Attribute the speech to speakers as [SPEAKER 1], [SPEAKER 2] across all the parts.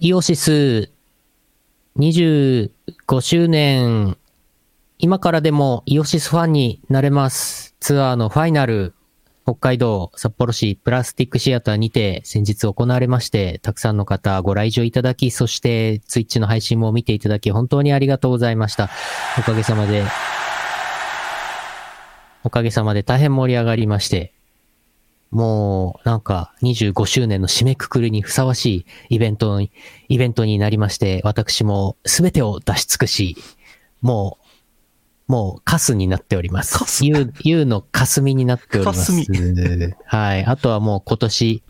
[SPEAKER 1] イオシス25周年、今からでもイオシスファンになれます。ツアーのファイナル、北海道札幌市プラスティックシアターにて先日行われまして、たくさんの方ご来場いただき、そしてツイッチの配信も見ていただき、本当にありがとうございました。おかげさまで、おかげさまで大変盛り上がりまして、もう、なんか、25周年の締めくくりにふさわしいイベントに、イベントになりまして、私も全てを出し尽くし、もう、もう、カスになっております。
[SPEAKER 2] カス
[SPEAKER 1] ゆう、ゆうのかすみになっております。
[SPEAKER 2] かす
[SPEAKER 1] はい。あとはもう今年、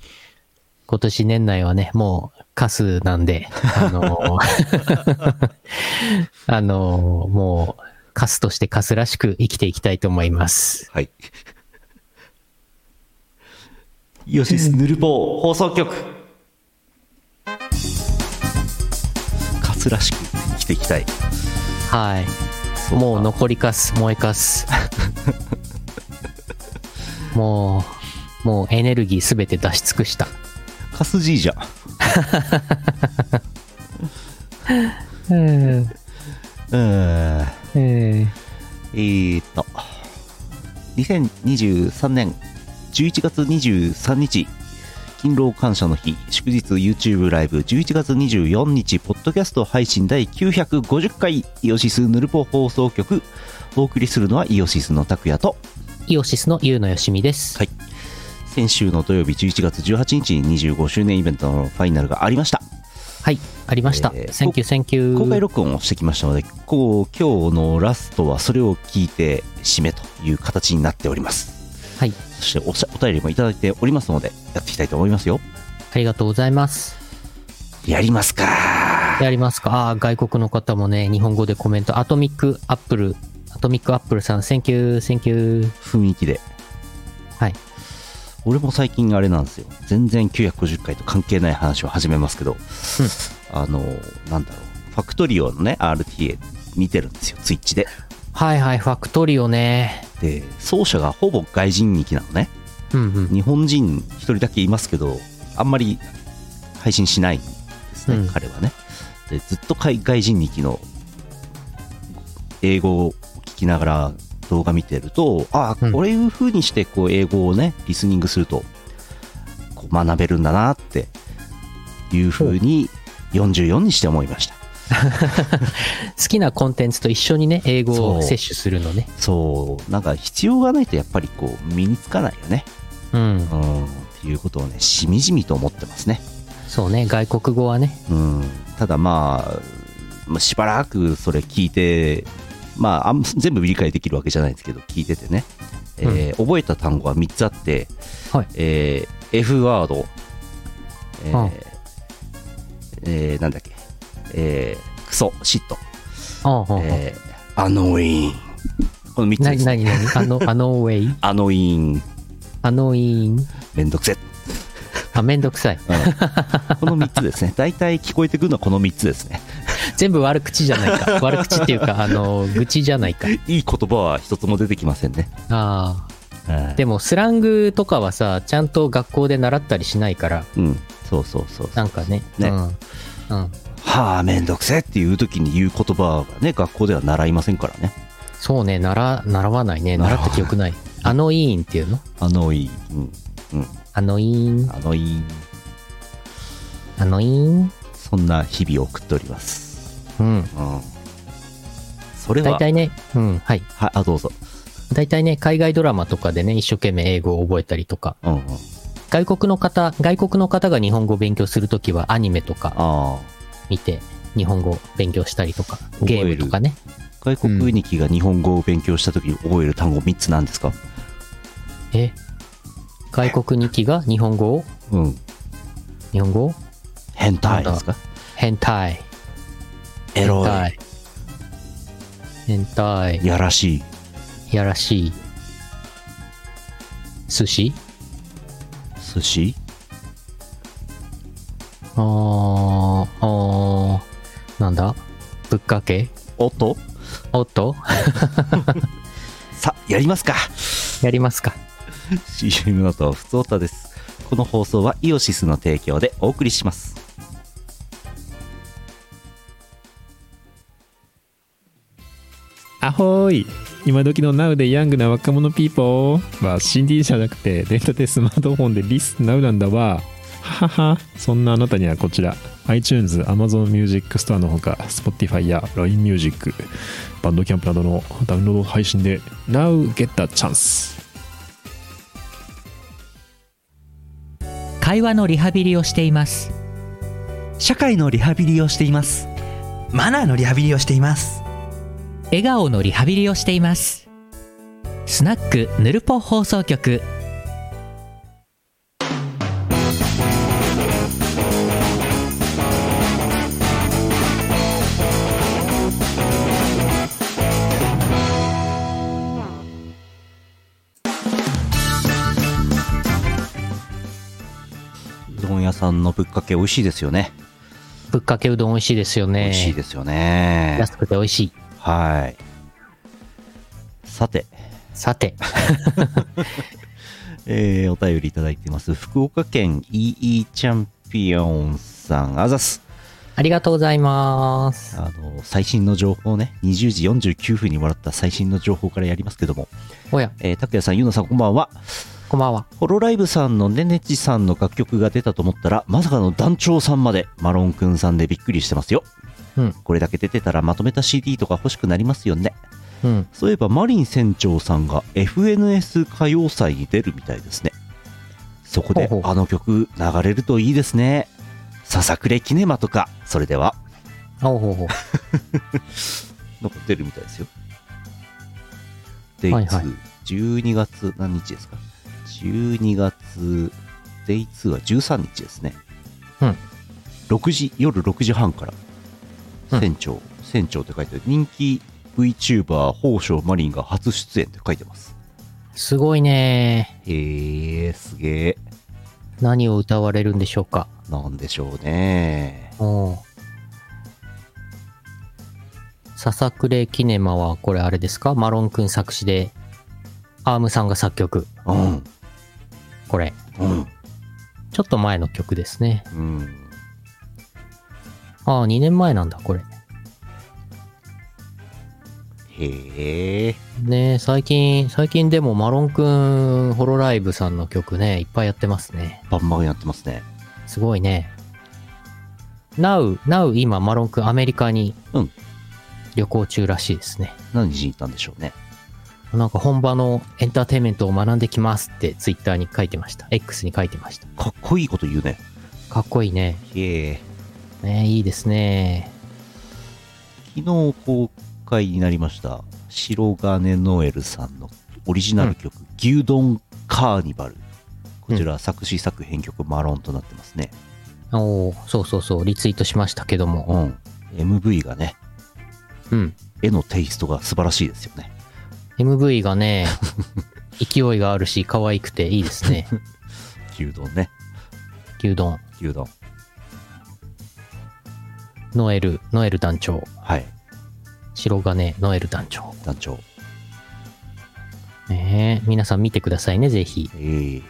[SPEAKER 1] 今年年内はね、もう、カスなんで、あの ーあのーもう、カスとしてカスらしく生きていきたいと思います。
[SPEAKER 2] はい。イオシスヌルポ放送局。カスらしく生きていきたい。
[SPEAKER 1] はい。
[SPEAKER 2] そか
[SPEAKER 1] もう残りかす、燃えか す。もう、もうエネルギーすべて出し尽くした。
[SPEAKER 2] カスじいじゃん。
[SPEAKER 1] うん。
[SPEAKER 2] うーん。
[SPEAKER 1] え
[SPEAKER 2] えー、っと、2023年11月23日、勤労感謝の日、祝日 YouTube ライブ、11月24日、ポッドキャスト配信第950回、イオシスヌルポ放送局、お送りするのはイオシスの拓也と、
[SPEAKER 1] イオシスのゆうのよしみです。
[SPEAKER 2] はい先週の土曜日11月18日に25周年イベントのファイナルがありました。
[SPEAKER 1] はい。ありました。
[SPEAKER 2] えー
[SPEAKER 1] センキュー、センキュー。
[SPEAKER 2] 公開録音をしてきましたので、こう、今日のラストはそれを聞いて締めという形になっております。
[SPEAKER 1] はい。
[SPEAKER 2] そしておしゃお便りもいただいておりますので、やっていきたいと思いますよ。
[SPEAKER 1] ありがとうございます。
[SPEAKER 2] やりますか
[SPEAKER 1] やりますか。あー外国の方もね、日本語でコメント。アトミックアップル、アトミックアップルさん、センキュー、センキュー。
[SPEAKER 2] 雰囲気で。
[SPEAKER 1] はい。
[SPEAKER 2] 俺も最近あれなんですよ。全然950回と関係ない話を始めますけど、あの、なんだろう。ファクトリオのね、RTA 見てるんですよ、ツイッチで。
[SPEAKER 1] はいはい、ファクトリオね。
[SPEAKER 2] で、奏者がほぼ外人域なのね。
[SPEAKER 1] うんうん。
[SPEAKER 2] 日本人一人だけいますけど、あんまり配信しないんですね、
[SPEAKER 1] うん
[SPEAKER 2] 彼はね。でずっと海外人力の英語を聞きながら動画見てると、ああ、
[SPEAKER 1] うん
[SPEAKER 2] こういう風にしてこう英語をね、リスニングすると、こう学べるんだなっていう風に44にして思いました。
[SPEAKER 1] 好きなコンテンツと一緒にね、英語
[SPEAKER 2] そ
[SPEAKER 1] を
[SPEAKER 2] う
[SPEAKER 1] 摂取するのね。
[SPEAKER 2] そう、なんか必要がないとやっぱりこう身につかないよね。
[SPEAKER 1] うん
[SPEAKER 2] う。ん、っていうことをね、しみじみと思ってますね。
[SPEAKER 1] そうね、外国語はね。
[SPEAKER 2] うん、ただまあ、まあしばらくそれ聞いて、まあ、あん 全部理解できるわけじゃないですけど、聞いててね、えー覚えた単語は3つあって、
[SPEAKER 1] はい
[SPEAKER 2] えー F ワード、えー
[SPEAKER 1] うん
[SPEAKER 2] えーなんだっけ、えークソ、シット、
[SPEAKER 1] ああ、
[SPEAKER 2] えーアノイン、この3つ
[SPEAKER 1] な
[SPEAKER 2] で
[SPEAKER 1] に
[SPEAKER 2] す、
[SPEAKER 1] なになにあの、あのウェイ
[SPEAKER 2] アノイン、
[SPEAKER 1] あのイーン
[SPEAKER 2] めんどくせ、
[SPEAKER 1] あ、めんどくさい。
[SPEAKER 2] うんこの3つで すね、大体聞こえてくるのはこの3つですね。
[SPEAKER 1] 全部悪口じゃないか。悪口っていうか、あの、愚痴じゃないか。
[SPEAKER 2] いい言葉は一つも出てきませんね。
[SPEAKER 1] あ
[SPEAKER 2] はい
[SPEAKER 1] あ。でも、スラングとかはさ、ちゃんと学校で習ったりしないから、
[SPEAKER 2] うん、そうそうそうそう
[SPEAKER 1] なんかね。
[SPEAKER 2] ね
[SPEAKER 1] うん。うん。
[SPEAKER 2] はあめんどくせえっていう時に言う言葉がね学校では習いませんからね
[SPEAKER 1] そうね、習、習わない ね。習った記憶ない。あのイーンっていうの
[SPEAKER 2] あのいい、うん、
[SPEAKER 1] あのイーン
[SPEAKER 2] あのいい
[SPEAKER 1] あのイーン
[SPEAKER 2] そんな日々を送っております
[SPEAKER 1] うん。
[SPEAKER 2] うんそれ
[SPEAKER 1] 大
[SPEAKER 2] は
[SPEAKER 1] 体ね、うん、はい。
[SPEAKER 2] はいあどうぞ
[SPEAKER 1] 大体ね、海外ドラマとかでね、一生懸命英語を覚えたりとか、
[SPEAKER 2] うんうん
[SPEAKER 1] 外国の方、外国の方が日本語を勉強するときはアニメとか
[SPEAKER 2] ああ
[SPEAKER 1] 見て、日本語を勉強したりとか、ゲームとかね。
[SPEAKER 2] 外国日記が日本語を勉強した時に覚える単語3つなんですか
[SPEAKER 1] え外国日記が日本語を、
[SPEAKER 2] うん
[SPEAKER 1] 日本語を
[SPEAKER 2] 変態ですか
[SPEAKER 1] 変態。
[SPEAKER 2] エロい
[SPEAKER 1] い。変態。
[SPEAKER 2] やらしい
[SPEAKER 1] やらしい。寿司
[SPEAKER 2] 寿司
[SPEAKER 1] あー、あー、なんだぶっかけ
[SPEAKER 2] おっと
[SPEAKER 1] おっと
[SPEAKER 2] さやりますか
[SPEAKER 1] やりますか。
[SPEAKER 2] CM の後はふつおたですこの放送はイオシスの提供でお送りします
[SPEAKER 3] アホーイ今時の Now でヤングな若者ピーポーは CD じゃなくてデータでスマートフォンでリス Now なんだわはははそんなあなたにはこちら iTunes、Amazon Music Store のほか Spotify や LINE Music、バンドキャンプなどのダウンロード配信で Now get the chance
[SPEAKER 4] 会話のリハビリをしています
[SPEAKER 5] 社会のリハビリをしていますマナーのリハビリをしています
[SPEAKER 4] 笑顔のリハビリをしていますスナックぬるぽ放送局
[SPEAKER 2] うどん屋さんのぶっかけ美味しいですよね。
[SPEAKER 1] ぶっかけうどん美味しいですよね。
[SPEAKER 2] 美味しいですよね。
[SPEAKER 1] 安くて美味しい。
[SPEAKER 2] はい。さて、
[SPEAKER 1] さて、
[SPEAKER 2] えー、お便りいただいてます。福岡県 EE チャンピオンさん、あざっす。
[SPEAKER 1] ありがとうございます。
[SPEAKER 2] あの、最新の情報をね、20時49分にもらった最新の情報からやりますけども、
[SPEAKER 1] おや、
[SPEAKER 2] えー、拓也さん、ゆうなさん、こんばんは。
[SPEAKER 1] こんばんは。
[SPEAKER 2] ホロライブさんのねねちさんの楽曲が出たと思ったら、まさかの団長さんまで、マロンくんさんでびっくりしてますよ。
[SPEAKER 1] うん
[SPEAKER 2] これだけ出てたらまとめた CD とか欲しくなりますよね。
[SPEAKER 1] うん。
[SPEAKER 2] そういえばマリン船長さんが FNS 歌謡祭に出るみたいですね。そこで
[SPEAKER 1] ほうほう
[SPEAKER 2] あの曲流れるといいですね。笹暮キネマとか、それでは、
[SPEAKER 1] おうほうほう。
[SPEAKER 2] なんか出るみたいですよ。デイツ、
[SPEAKER 1] はいはい
[SPEAKER 2] 12月何日ですか ?12 月、デイツは13日ですね。
[SPEAKER 1] うん。
[SPEAKER 2] 6時、夜6時半から、
[SPEAKER 1] うん
[SPEAKER 2] 船長、船長って書いてある。人気 VTuber、宝生マリンが初出演って書いてます。
[SPEAKER 1] すごいね。
[SPEAKER 2] へえ、すげえ。
[SPEAKER 1] 何を歌われるんでしょうか。
[SPEAKER 2] なんでしょうね。
[SPEAKER 1] おう。笹暮キネマは、これあれですかマロンくん作詞で、アームさんが作曲。
[SPEAKER 2] うん。
[SPEAKER 1] これ。
[SPEAKER 2] うん。
[SPEAKER 1] ちょっと前の曲ですね。
[SPEAKER 2] うん。
[SPEAKER 1] ああ、2年前なんだ、これ。
[SPEAKER 2] へえ。
[SPEAKER 1] ねえ最近、最近でもマロンくん、ホロライブさんの曲ね、いっぱいやってますね。
[SPEAKER 2] バンバンやってますね。
[SPEAKER 1] すごいね。Now、Now 今マロンくんアメリカに
[SPEAKER 2] うん
[SPEAKER 1] 旅行中らしいですね。
[SPEAKER 2] 何しに行ったんでしょうね。
[SPEAKER 1] なんか本場のエンターテインメントを学んできますってツイッターに書いてました。X に書いてました。
[SPEAKER 2] かっこいいこと言うね。
[SPEAKER 1] かっこいいね。
[SPEAKER 2] へえ。
[SPEAKER 1] ねえいいですね。
[SPEAKER 2] 昨日公開になりました、白金ノエルさんのオリジナル曲、牛丼カーニバル。こちら作詞作編曲マロンとなってますね。
[SPEAKER 1] おおそうそうそう、リツイートしましたけど
[SPEAKER 2] う
[SPEAKER 1] も。
[SPEAKER 2] ん。MV がね、
[SPEAKER 1] うん。
[SPEAKER 2] 絵のテイストが素晴らしいですよね。
[SPEAKER 1] MV が ね、勢いがあるし、可愛くていいですね。
[SPEAKER 2] 牛丼ね。
[SPEAKER 1] 牛丼、
[SPEAKER 2] 牛丼。
[SPEAKER 1] ノエル、ノエル団長、
[SPEAKER 2] はい。
[SPEAKER 1] 白金、ノエル団長。
[SPEAKER 2] 団長。
[SPEAKER 1] ねえ皆さん見てくださいね、ぜひ。
[SPEAKER 2] ええ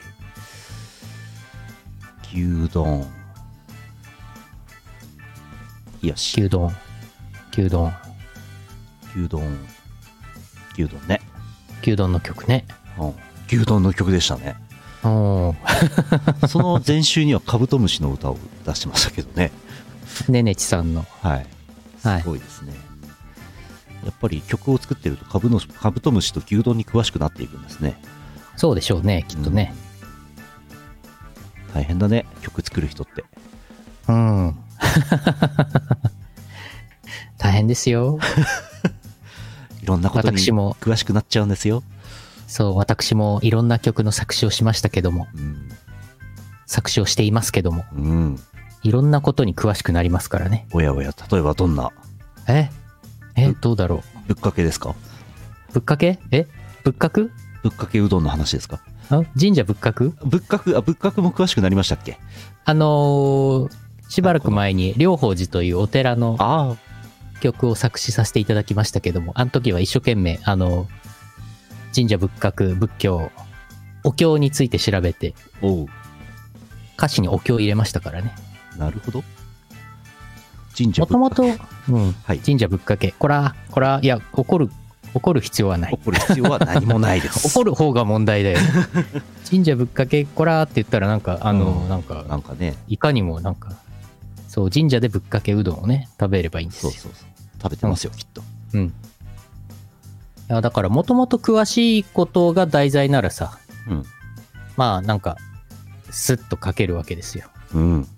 [SPEAKER 2] 牛丼。よし。
[SPEAKER 1] 牛丼、牛丼、
[SPEAKER 2] 牛丼。牛丼ね。
[SPEAKER 1] 牛丼の曲ね。
[SPEAKER 2] うん。牛丼の曲でしたね。
[SPEAKER 1] おー
[SPEAKER 2] その前週にはカブトムシの歌を出してましたけど ね。
[SPEAKER 1] ねねちさんの。
[SPEAKER 2] はい。
[SPEAKER 1] はい
[SPEAKER 2] すごいですね。やっぱり曲を作ってるとカブのカブトムシと牛丼に詳しくなっていくんですね。
[SPEAKER 1] そうでしょうね、きっとね。
[SPEAKER 2] うん。大変だね。曲作る人って。
[SPEAKER 1] うん。大変ですよ。
[SPEAKER 2] いろんなことに
[SPEAKER 1] 私も
[SPEAKER 2] 詳しくなっちゃうんですよ。
[SPEAKER 1] そう、私もいろんな曲の作詞をしましたけども、
[SPEAKER 2] うん。
[SPEAKER 1] 作詞をしていますけども、
[SPEAKER 2] うん。
[SPEAKER 1] いろんなことに詳しくなりますからね。
[SPEAKER 2] おやおや、例えばどんな
[SPEAKER 1] ええ、どうだろ
[SPEAKER 2] ぶっかけですか
[SPEAKER 1] う。ぶっかけえ仏閣
[SPEAKER 2] ぶっかけうどんの話ですか
[SPEAKER 1] あ神社仏閣
[SPEAKER 2] ぶっかけ、あ、ぶっかけも詳しくなりましたっけ
[SPEAKER 1] あのーしばらく前に、両宝寺というお寺の
[SPEAKER 2] あ
[SPEAKER 1] 曲を作詞させていただきましたけども、あの時は一生懸命、あの、神社仏閣、仏教、お経について調べて、
[SPEAKER 2] あ、おう、
[SPEAKER 1] 歌詞にお経を入れましたからね。
[SPEAKER 2] なるほど。神社
[SPEAKER 1] も
[SPEAKER 2] ぶっ
[SPEAKER 1] ともと、うん、
[SPEAKER 2] はい
[SPEAKER 1] 神社仏閣、こら、こら、いや、怒る、怒る必要はない。
[SPEAKER 2] 怒る必要は何もないです
[SPEAKER 1] 怒る方が問題だよ。 神社ぶっかけこらーって言ったら、なんか、あの、
[SPEAKER 2] うん
[SPEAKER 1] なんか、
[SPEAKER 2] なんかね
[SPEAKER 1] いかにもなんか、そう、神社でぶっかけうどんをね、食べればいいんです
[SPEAKER 2] そ
[SPEAKER 1] よ
[SPEAKER 2] う。そうそう食べてますよきっと
[SPEAKER 1] うん。いやだから、もともと詳しいことが題材ならさ、まあ、なんか、スッと書けるわけですよ。
[SPEAKER 2] うんうん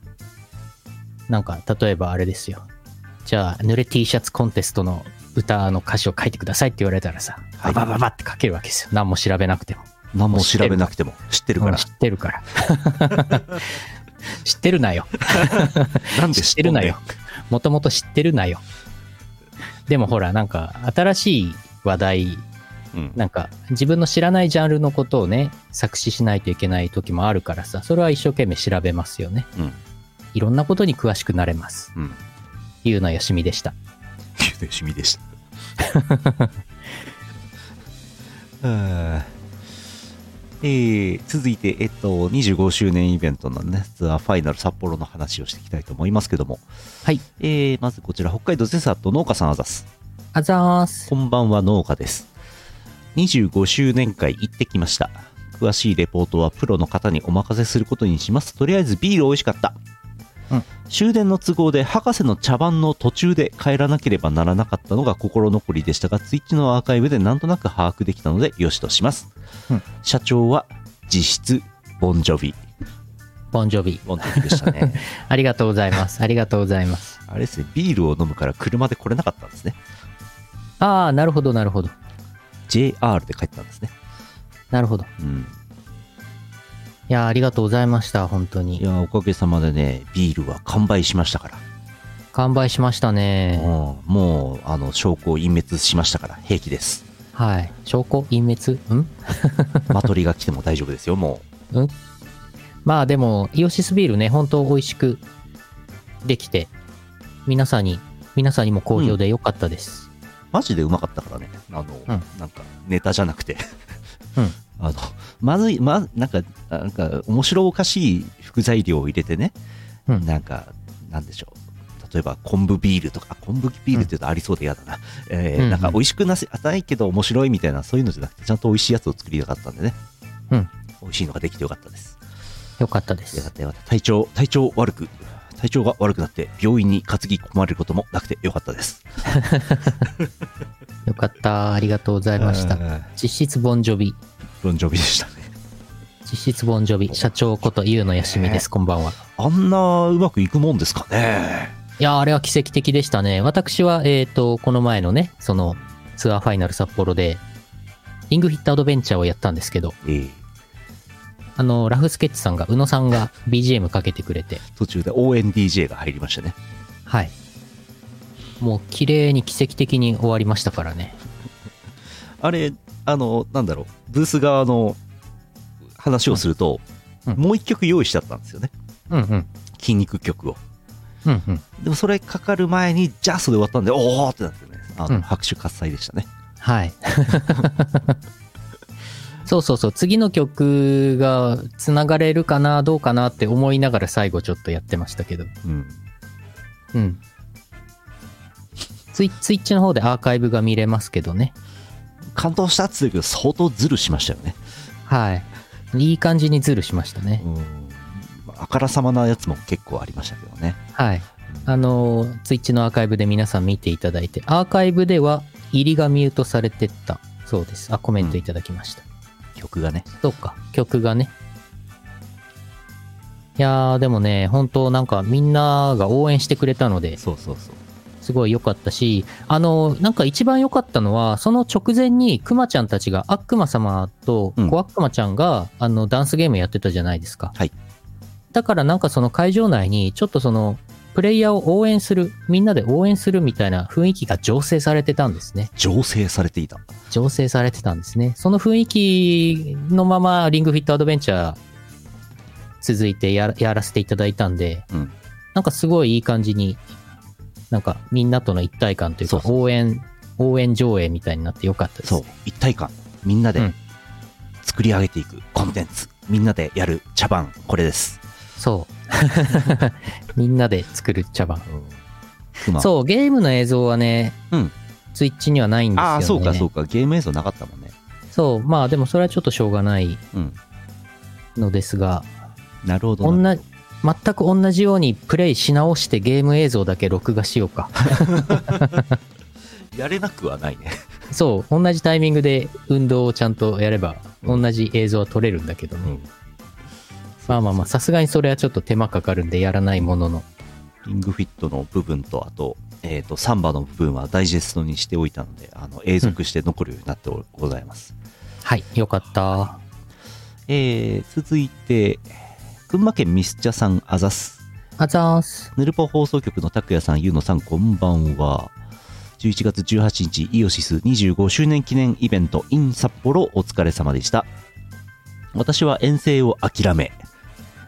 [SPEAKER 1] なんか、例えばあれですよ。じゃあ、濡れ T シャツコンテストの歌の歌詞を書いてくださいって言われたらさ、
[SPEAKER 2] はい
[SPEAKER 1] ババババって書けるわけですよ。何も調べなくても。
[SPEAKER 2] 何も調べなくても知ってるか
[SPEAKER 1] うん
[SPEAKER 2] ら
[SPEAKER 1] 知ってるから。 知ってるなよ。
[SPEAKER 2] なんで
[SPEAKER 1] 知
[SPEAKER 2] 知
[SPEAKER 1] っ
[SPEAKER 2] ってて
[SPEAKER 1] る
[SPEAKER 2] る
[SPEAKER 1] な
[SPEAKER 2] な
[SPEAKER 1] よ
[SPEAKER 2] よ。
[SPEAKER 1] もともと知ってるなよ。でもほら、なんか、新しい話題、
[SPEAKER 2] うん
[SPEAKER 1] なんか、自分の知らないジャンルのことをね、作詞しないといけない時もあるからさ、それは一生懸命調べますよね。
[SPEAKER 2] うん
[SPEAKER 1] いろんなことに詳しくなれます。
[SPEAKER 2] うん
[SPEAKER 1] ゆうのよしみでした。
[SPEAKER 2] 趣味 でしたはあえー続いて、えっと、25周年イベントのね、ツアーファイナル札幌の話をしていきたいと思いますけども、
[SPEAKER 1] はい。
[SPEAKER 2] えーまずこちら、北海道ゼサット農家さんあざす。
[SPEAKER 1] あざーす。
[SPEAKER 2] こんばんは農家です。25周年会行ってきました。詳しいレポートはプロの方にお任せすることにします。とりあえずビール美味しかった。
[SPEAKER 1] うん
[SPEAKER 2] 終電の都合で博士の茶番の途中で帰らなければならなかったのが心残りでしたが、ツイッチのアーカイブでなんとなく把握できたので、よしとします。
[SPEAKER 1] うん
[SPEAKER 2] 社長は実質、ボンジョビ。
[SPEAKER 1] ボンジョビ。
[SPEAKER 2] ボンジョビでしたね。
[SPEAKER 1] ありがとうございます。ありがとうございます。
[SPEAKER 2] あれですね、ビールを飲むから車で来れなかったんですね。
[SPEAKER 1] ああ、なるほど、なるほど。
[SPEAKER 2] JR で帰ったんですね。
[SPEAKER 1] なるほど。
[SPEAKER 2] うん。
[SPEAKER 1] いやー、ありがとうございました。本当
[SPEAKER 2] い
[SPEAKER 1] に。
[SPEAKER 2] や、おかげさまでね、ビールは完売しましたから。
[SPEAKER 1] 完売しましたね。
[SPEAKER 2] うんもう、あの、証拠を隠滅しましたから、平気 です。
[SPEAKER 1] はい。証拠隠滅ん
[SPEAKER 2] マトリが来ても大丈夫ですよ、も
[SPEAKER 1] まあでも、イオシスビールね、本当美味しくできて、皆さんに、皆さんにも好評で良かったです。
[SPEAKER 2] う。マジでうまかったからね。あの、
[SPEAKER 1] うん
[SPEAKER 2] なんか、ネタじゃなくて。
[SPEAKER 1] うん
[SPEAKER 2] あの、まずい、ま、なんか、なんか、面白おかしい副材料を入れてね、
[SPEAKER 1] うん
[SPEAKER 2] なんか、なんでしょう。例えば昆布ビールとかあ昆布ビールって言うとありそうで嫌だな、えー
[SPEAKER 1] うん
[SPEAKER 2] なんか美味しくなせないけど面白いみたいなそういうのじゃなくてちゃんと美味しいやつを作りたかったんでね、
[SPEAKER 1] うん、
[SPEAKER 2] 美味しいのができてよかったです
[SPEAKER 1] 良かったで
[SPEAKER 2] よかっ
[SPEAKER 1] す。
[SPEAKER 2] たよかった体調体調悪く体調が悪くなって病院に担ぎ込まれることもなくてよかったです
[SPEAKER 1] 良かった。ありがとうございました。
[SPEAKER 2] うん
[SPEAKER 1] 実質ボンジョビ。
[SPEAKER 2] ボンジョビでしたね
[SPEAKER 1] 実質ボンジョビ。社長ことゆうのやしみです。こんばんは。
[SPEAKER 2] あんなうまくいくもんですかね
[SPEAKER 1] いやー、あれは奇跡的でしたね。私は、えっ、と、この前のね、その、ツアーファイナル札幌で、リングヒットアドベンチャーをやったんですけど、
[SPEAKER 2] ええ
[SPEAKER 1] あの、ラフスケッチさんが、宇野さんが BGM かけてくれて、
[SPEAKER 2] 途中で応援 DJ が入りましたね
[SPEAKER 1] はい。もう綺麗に奇跡的に終わりましたからね。
[SPEAKER 2] あれあのなんだろうブース側の話をすると、
[SPEAKER 1] うんうん
[SPEAKER 2] もう一曲用意しちゃったんですよね
[SPEAKER 1] うんうん。
[SPEAKER 2] 筋肉曲を
[SPEAKER 1] うんうん。
[SPEAKER 2] でもそれかかる前にジャストで終わったんでおおってなってねあの、
[SPEAKER 1] うん
[SPEAKER 2] 拍手喝采でしたね
[SPEAKER 1] はい。 そうそうそう。次の曲が繋がれるかな、どうかなって思いながら最後ちょっとやってましたけど。
[SPEAKER 2] うん
[SPEAKER 1] うん。ツイツイッチの方でアーカイブが見れますけどね。
[SPEAKER 2] 感動したっつってるけど相当ズルしましたよね
[SPEAKER 1] はい。いい感じにズルしましたね。
[SPEAKER 2] うんあからさまなやつも結構ありましたけどね。
[SPEAKER 1] はい。あのー、ツイッチのアーカイブで皆さん見ていただいて、アーカイブでは入りがミュートされてったそうです。あ、コメントいただきました。
[SPEAKER 2] 曲がね。
[SPEAKER 1] そうか、曲がね。いやー、でもね、本当なんかみんなが応援してくれたので、
[SPEAKER 2] そうそうそう。
[SPEAKER 1] すごい良かったし、あの、なんか一番良かったのは、その直前にクマちゃんたちが、悪魔様と
[SPEAKER 2] うん
[SPEAKER 1] 小悪魔ちゃんが、あの、ダンスゲームやってたじゃないですか。
[SPEAKER 2] はい。
[SPEAKER 1] だからなんかその会場内に、ちょっとその、プレイヤーを応援する、みんなで応援するみたいな雰囲気が醸成されてたんですね。
[SPEAKER 2] 醸成されていた。
[SPEAKER 1] 醸成されてたんですね。その雰囲気のまま、リングフィットアドベンチャー続いてやらやらせていただいたんで、
[SPEAKER 2] うん
[SPEAKER 1] なんかすごいいい感じに、なんかみんなとの一体感というか、
[SPEAKER 2] そうそ
[SPEAKER 1] 応援、応援上映みたいになってよかったです
[SPEAKER 2] そ
[SPEAKER 1] ね、
[SPEAKER 2] う。一体感。みんな
[SPEAKER 1] う
[SPEAKER 2] で
[SPEAKER 1] ん
[SPEAKER 2] 作り上げていくコンテンツ。みんなでやる茶番。これです。
[SPEAKER 1] そう。みんなで作る茶番。
[SPEAKER 2] 熊
[SPEAKER 1] そう、ゲームの映像はね、
[SPEAKER 2] うん
[SPEAKER 1] ツイッチにはないんですよね。
[SPEAKER 2] ああ、そうかそうか。ゲーム映像なかったもんね。
[SPEAKER 1] そうまあでもそれはちょっとしょうがない
[SPEAKER 2] うん。
[SPEAKER 1] のですが、
[SPEAKER 2] なるほど
[SPEAKER 1] 同
[SPEAKER 2] な。
[SPEAKER 1] じ全く同じようにプレイし直してゲーム映像だけ録画しようか。
[SPEAKER 2] やれなくはないね。
[SPEAKER 1] そう、同じタイミングで運動をちゃんとやれば、同じ映像は撮れるんだけどね。
[SPEAKER 2] うん。
[SPEAKER 1] まあまあまあ、さすがにそれはちょっと手間かかるんでやらないものの。
[SPEAKER 2] リングフィットの部分と、あと、えっ、と、サンバの部分はダイジェストにしておいたので、あの、永続して残るようになっておございます。
[SPEAKER 1] はい、よかった。
[SPEAKER 2] えー、続いて、群馬県ミスチャさんあざす。
[SPEAKER 1] あざーす。
[SPEAKER 2] ヌルポ放送局の拓也さん、ゆうのさん、こんばんは。11月18日、イオシス25周年記念イベント in 札幌お疲れ様でした。私は遠征を諦め、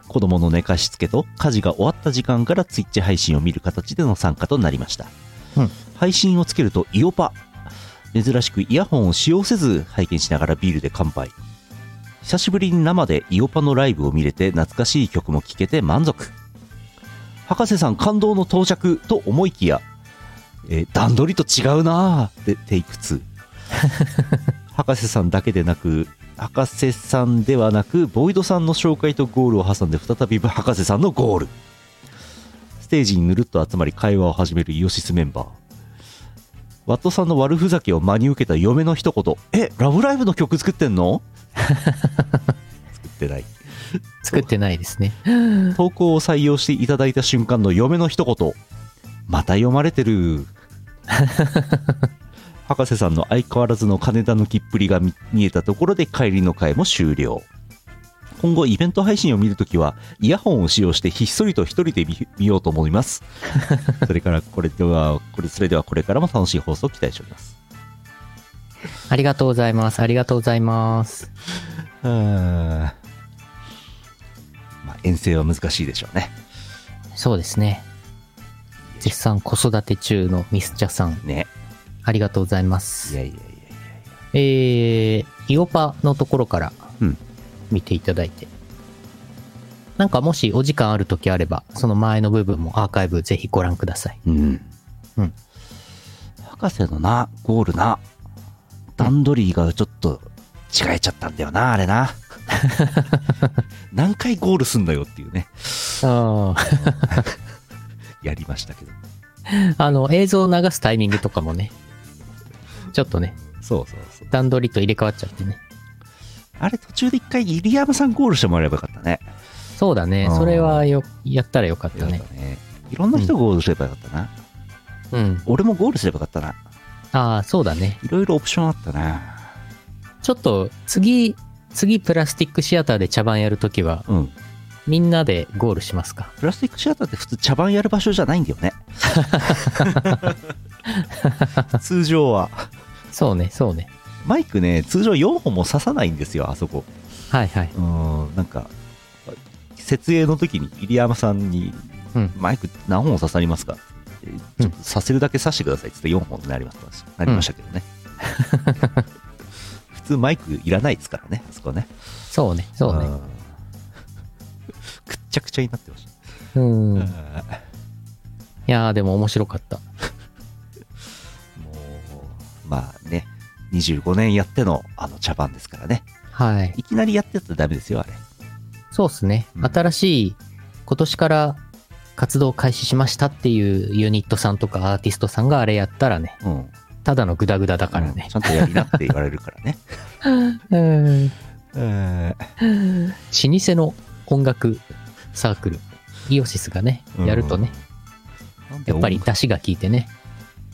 [SPEAKER 2] 子供の寝かしつけと家事が終わった時間からツイッチ配信を見る形での参加となりました。
[SPEAKER 1] うん
[SPEAKER 2] 配信をつけるとイオパ。珍しくイヤホンを使用せず拝見しながらビールで乾杯。久しぶりに生でイオパのライブを見れて懐かしい曲も聴けて満足。博士さん感動の到着と思いきや、えー段取りと違うなぁでテイク2博士さんだけでなく博士さんではなくボイドさんの紹介とゴールを挟んで再び博士さんのゴールステージにぬるっと集まり会話を始めるイオシスメンバーワットさんの悪ふざけを真に受けた嫁の一言「えラブライブの曲作ってんの? 」作ってない
[SPEAKER 1] 作ってないですね。
[SPEAKER 2] 投稿を採用していただいた瞬間の嫁の一言また読まれてる博士さんの相変わらずの金田抜きっぷりが見見えたところで帰りの会も終了今後イベント配信を見るときはイヤホンを使用してひっそりと一人で見見ようと思いますそれからこれではこれそれではこれからも楽しい放送を期待しております
[SPEAKER 1] ありがとうございます。ありがとうございます。
[SPEAKER 2] うーんまあ遠征は難しいでしょうね
[SPEAKER 1] そうですね。絶賛子育て中のミスチャさん、
[SPEAKER 2] ね
[SPEAKER 1] ありがとうございま
[SPEAKER 2] い
[SPEAKER 1] す。
[SPEAKER 2] やいやいや
[SPEAKER 1] えー、イオパのところから
[SPEAKER 2] うん
[SPEAKER 1] 見ていただいて。なんかもしお時間ある時あれば、その前の部分もアーカイブぜひご覧ください。
[SPEAKER 2] うん。
[SPEAKER 1] うん
[SPEAKER 2] 博士のな、ゴールな、段取りがちょっと違えちゃったんだよな、あれ な。何回ゴールすんだよっていうね、
[SPEAKER 1] ああ。
[SPEAKER 2] やりましたけど。
[SPEAKER 1] あの、映像を流すタイミングとかもね、ちょっとね、
[SPEAKER 2] そうそうそう。
[SPEAKER 1] 段取りと入れ替わっちゃってね。
[SPEAKER 2] あれ途中で一回入山さんゴールしてもらえばよかったね。
[SPEAKER 1] そうだね
[SPEAKER 2] あ。ー
[SPEAKER 1] それはよ、やったらよかった
[SPEAKER 2] よかっ
[SPEAKER 1] ね。
[SPEAKER 2] たね。いろんな人ゴールすればよかったな。
[SPEAKER 1] うん。
[SPEAKER 2] 俺もゴールすればよかったな。
[SPEAKER 1] ああ、そうだね。
[SPEAKER 2] いろいろオプションあったな。
[SPEAKER 1] ちょっと、次、次プラスティックシアターで茶番やるときは、
[SPEAKER 2] うん。
[SPEAKER 1] みんなでゴールしますか。
[SPEAKER 2] プラスティックシアターって普通茶番やる場所じゃないんだよね。 通常は。
[SPEAKER 1] そうね、そうね。
[SPEAKER 2] マイクね、通常4本も刺さないんですよ、あそこ。
[SPEAKER 1] はいはい。
[SPEAKER 2] うーん、なんか、設営の時に入山さんに、
[SPEAKER 1] うん
[SPEAKER 2] マイク何本刺さりますかえーちょっと刺せるだけ刺してくださいって言って4本になりましたしなりましたけど ね。普通マイクいらないですからね、あそこね。
[SPEAKER 1] そうね、そうね。
[SPEAKER 2] んくっちゃくちゃになってました。
[SPEAKER 1] うん。
[SPEAKER 2] うん
[SPEAKER 1] いやー、でも面白かった。
[SPEAKER 2] もう、まあね、25年やってのあの茶番ですからね。
[SPEAKER 1] はい。
[SPEAKER 2] いきなりやってたらダメですよ、あれ。
[SPEAKER 1] そうですね。
[SPEAKER 2] うん
[SPEAKER 1] 新しい、今年から活動開始しましたっていうユニットさんとかアーティストさんがあれやったらね、
[SPEAKER 2] うん。
[SPEAKER 1] ただのグダグダだ
[SPEAKER 2] だ
[SPEAKER 1] からね
[SPEAKER 2] ち。ゃんとやりなって言われるからね。
[SPEAKER 1] うん。老舗
[SPEAKER 2] え
[SPEAKER 1] の音楽サークル、イオシスがね、
[SPEAKER 2] ー
[SPEAKER 1] やるとね、。
[SPEAKER 2] うん
[SPEAKER 1] やっぱり出汁が効いてね、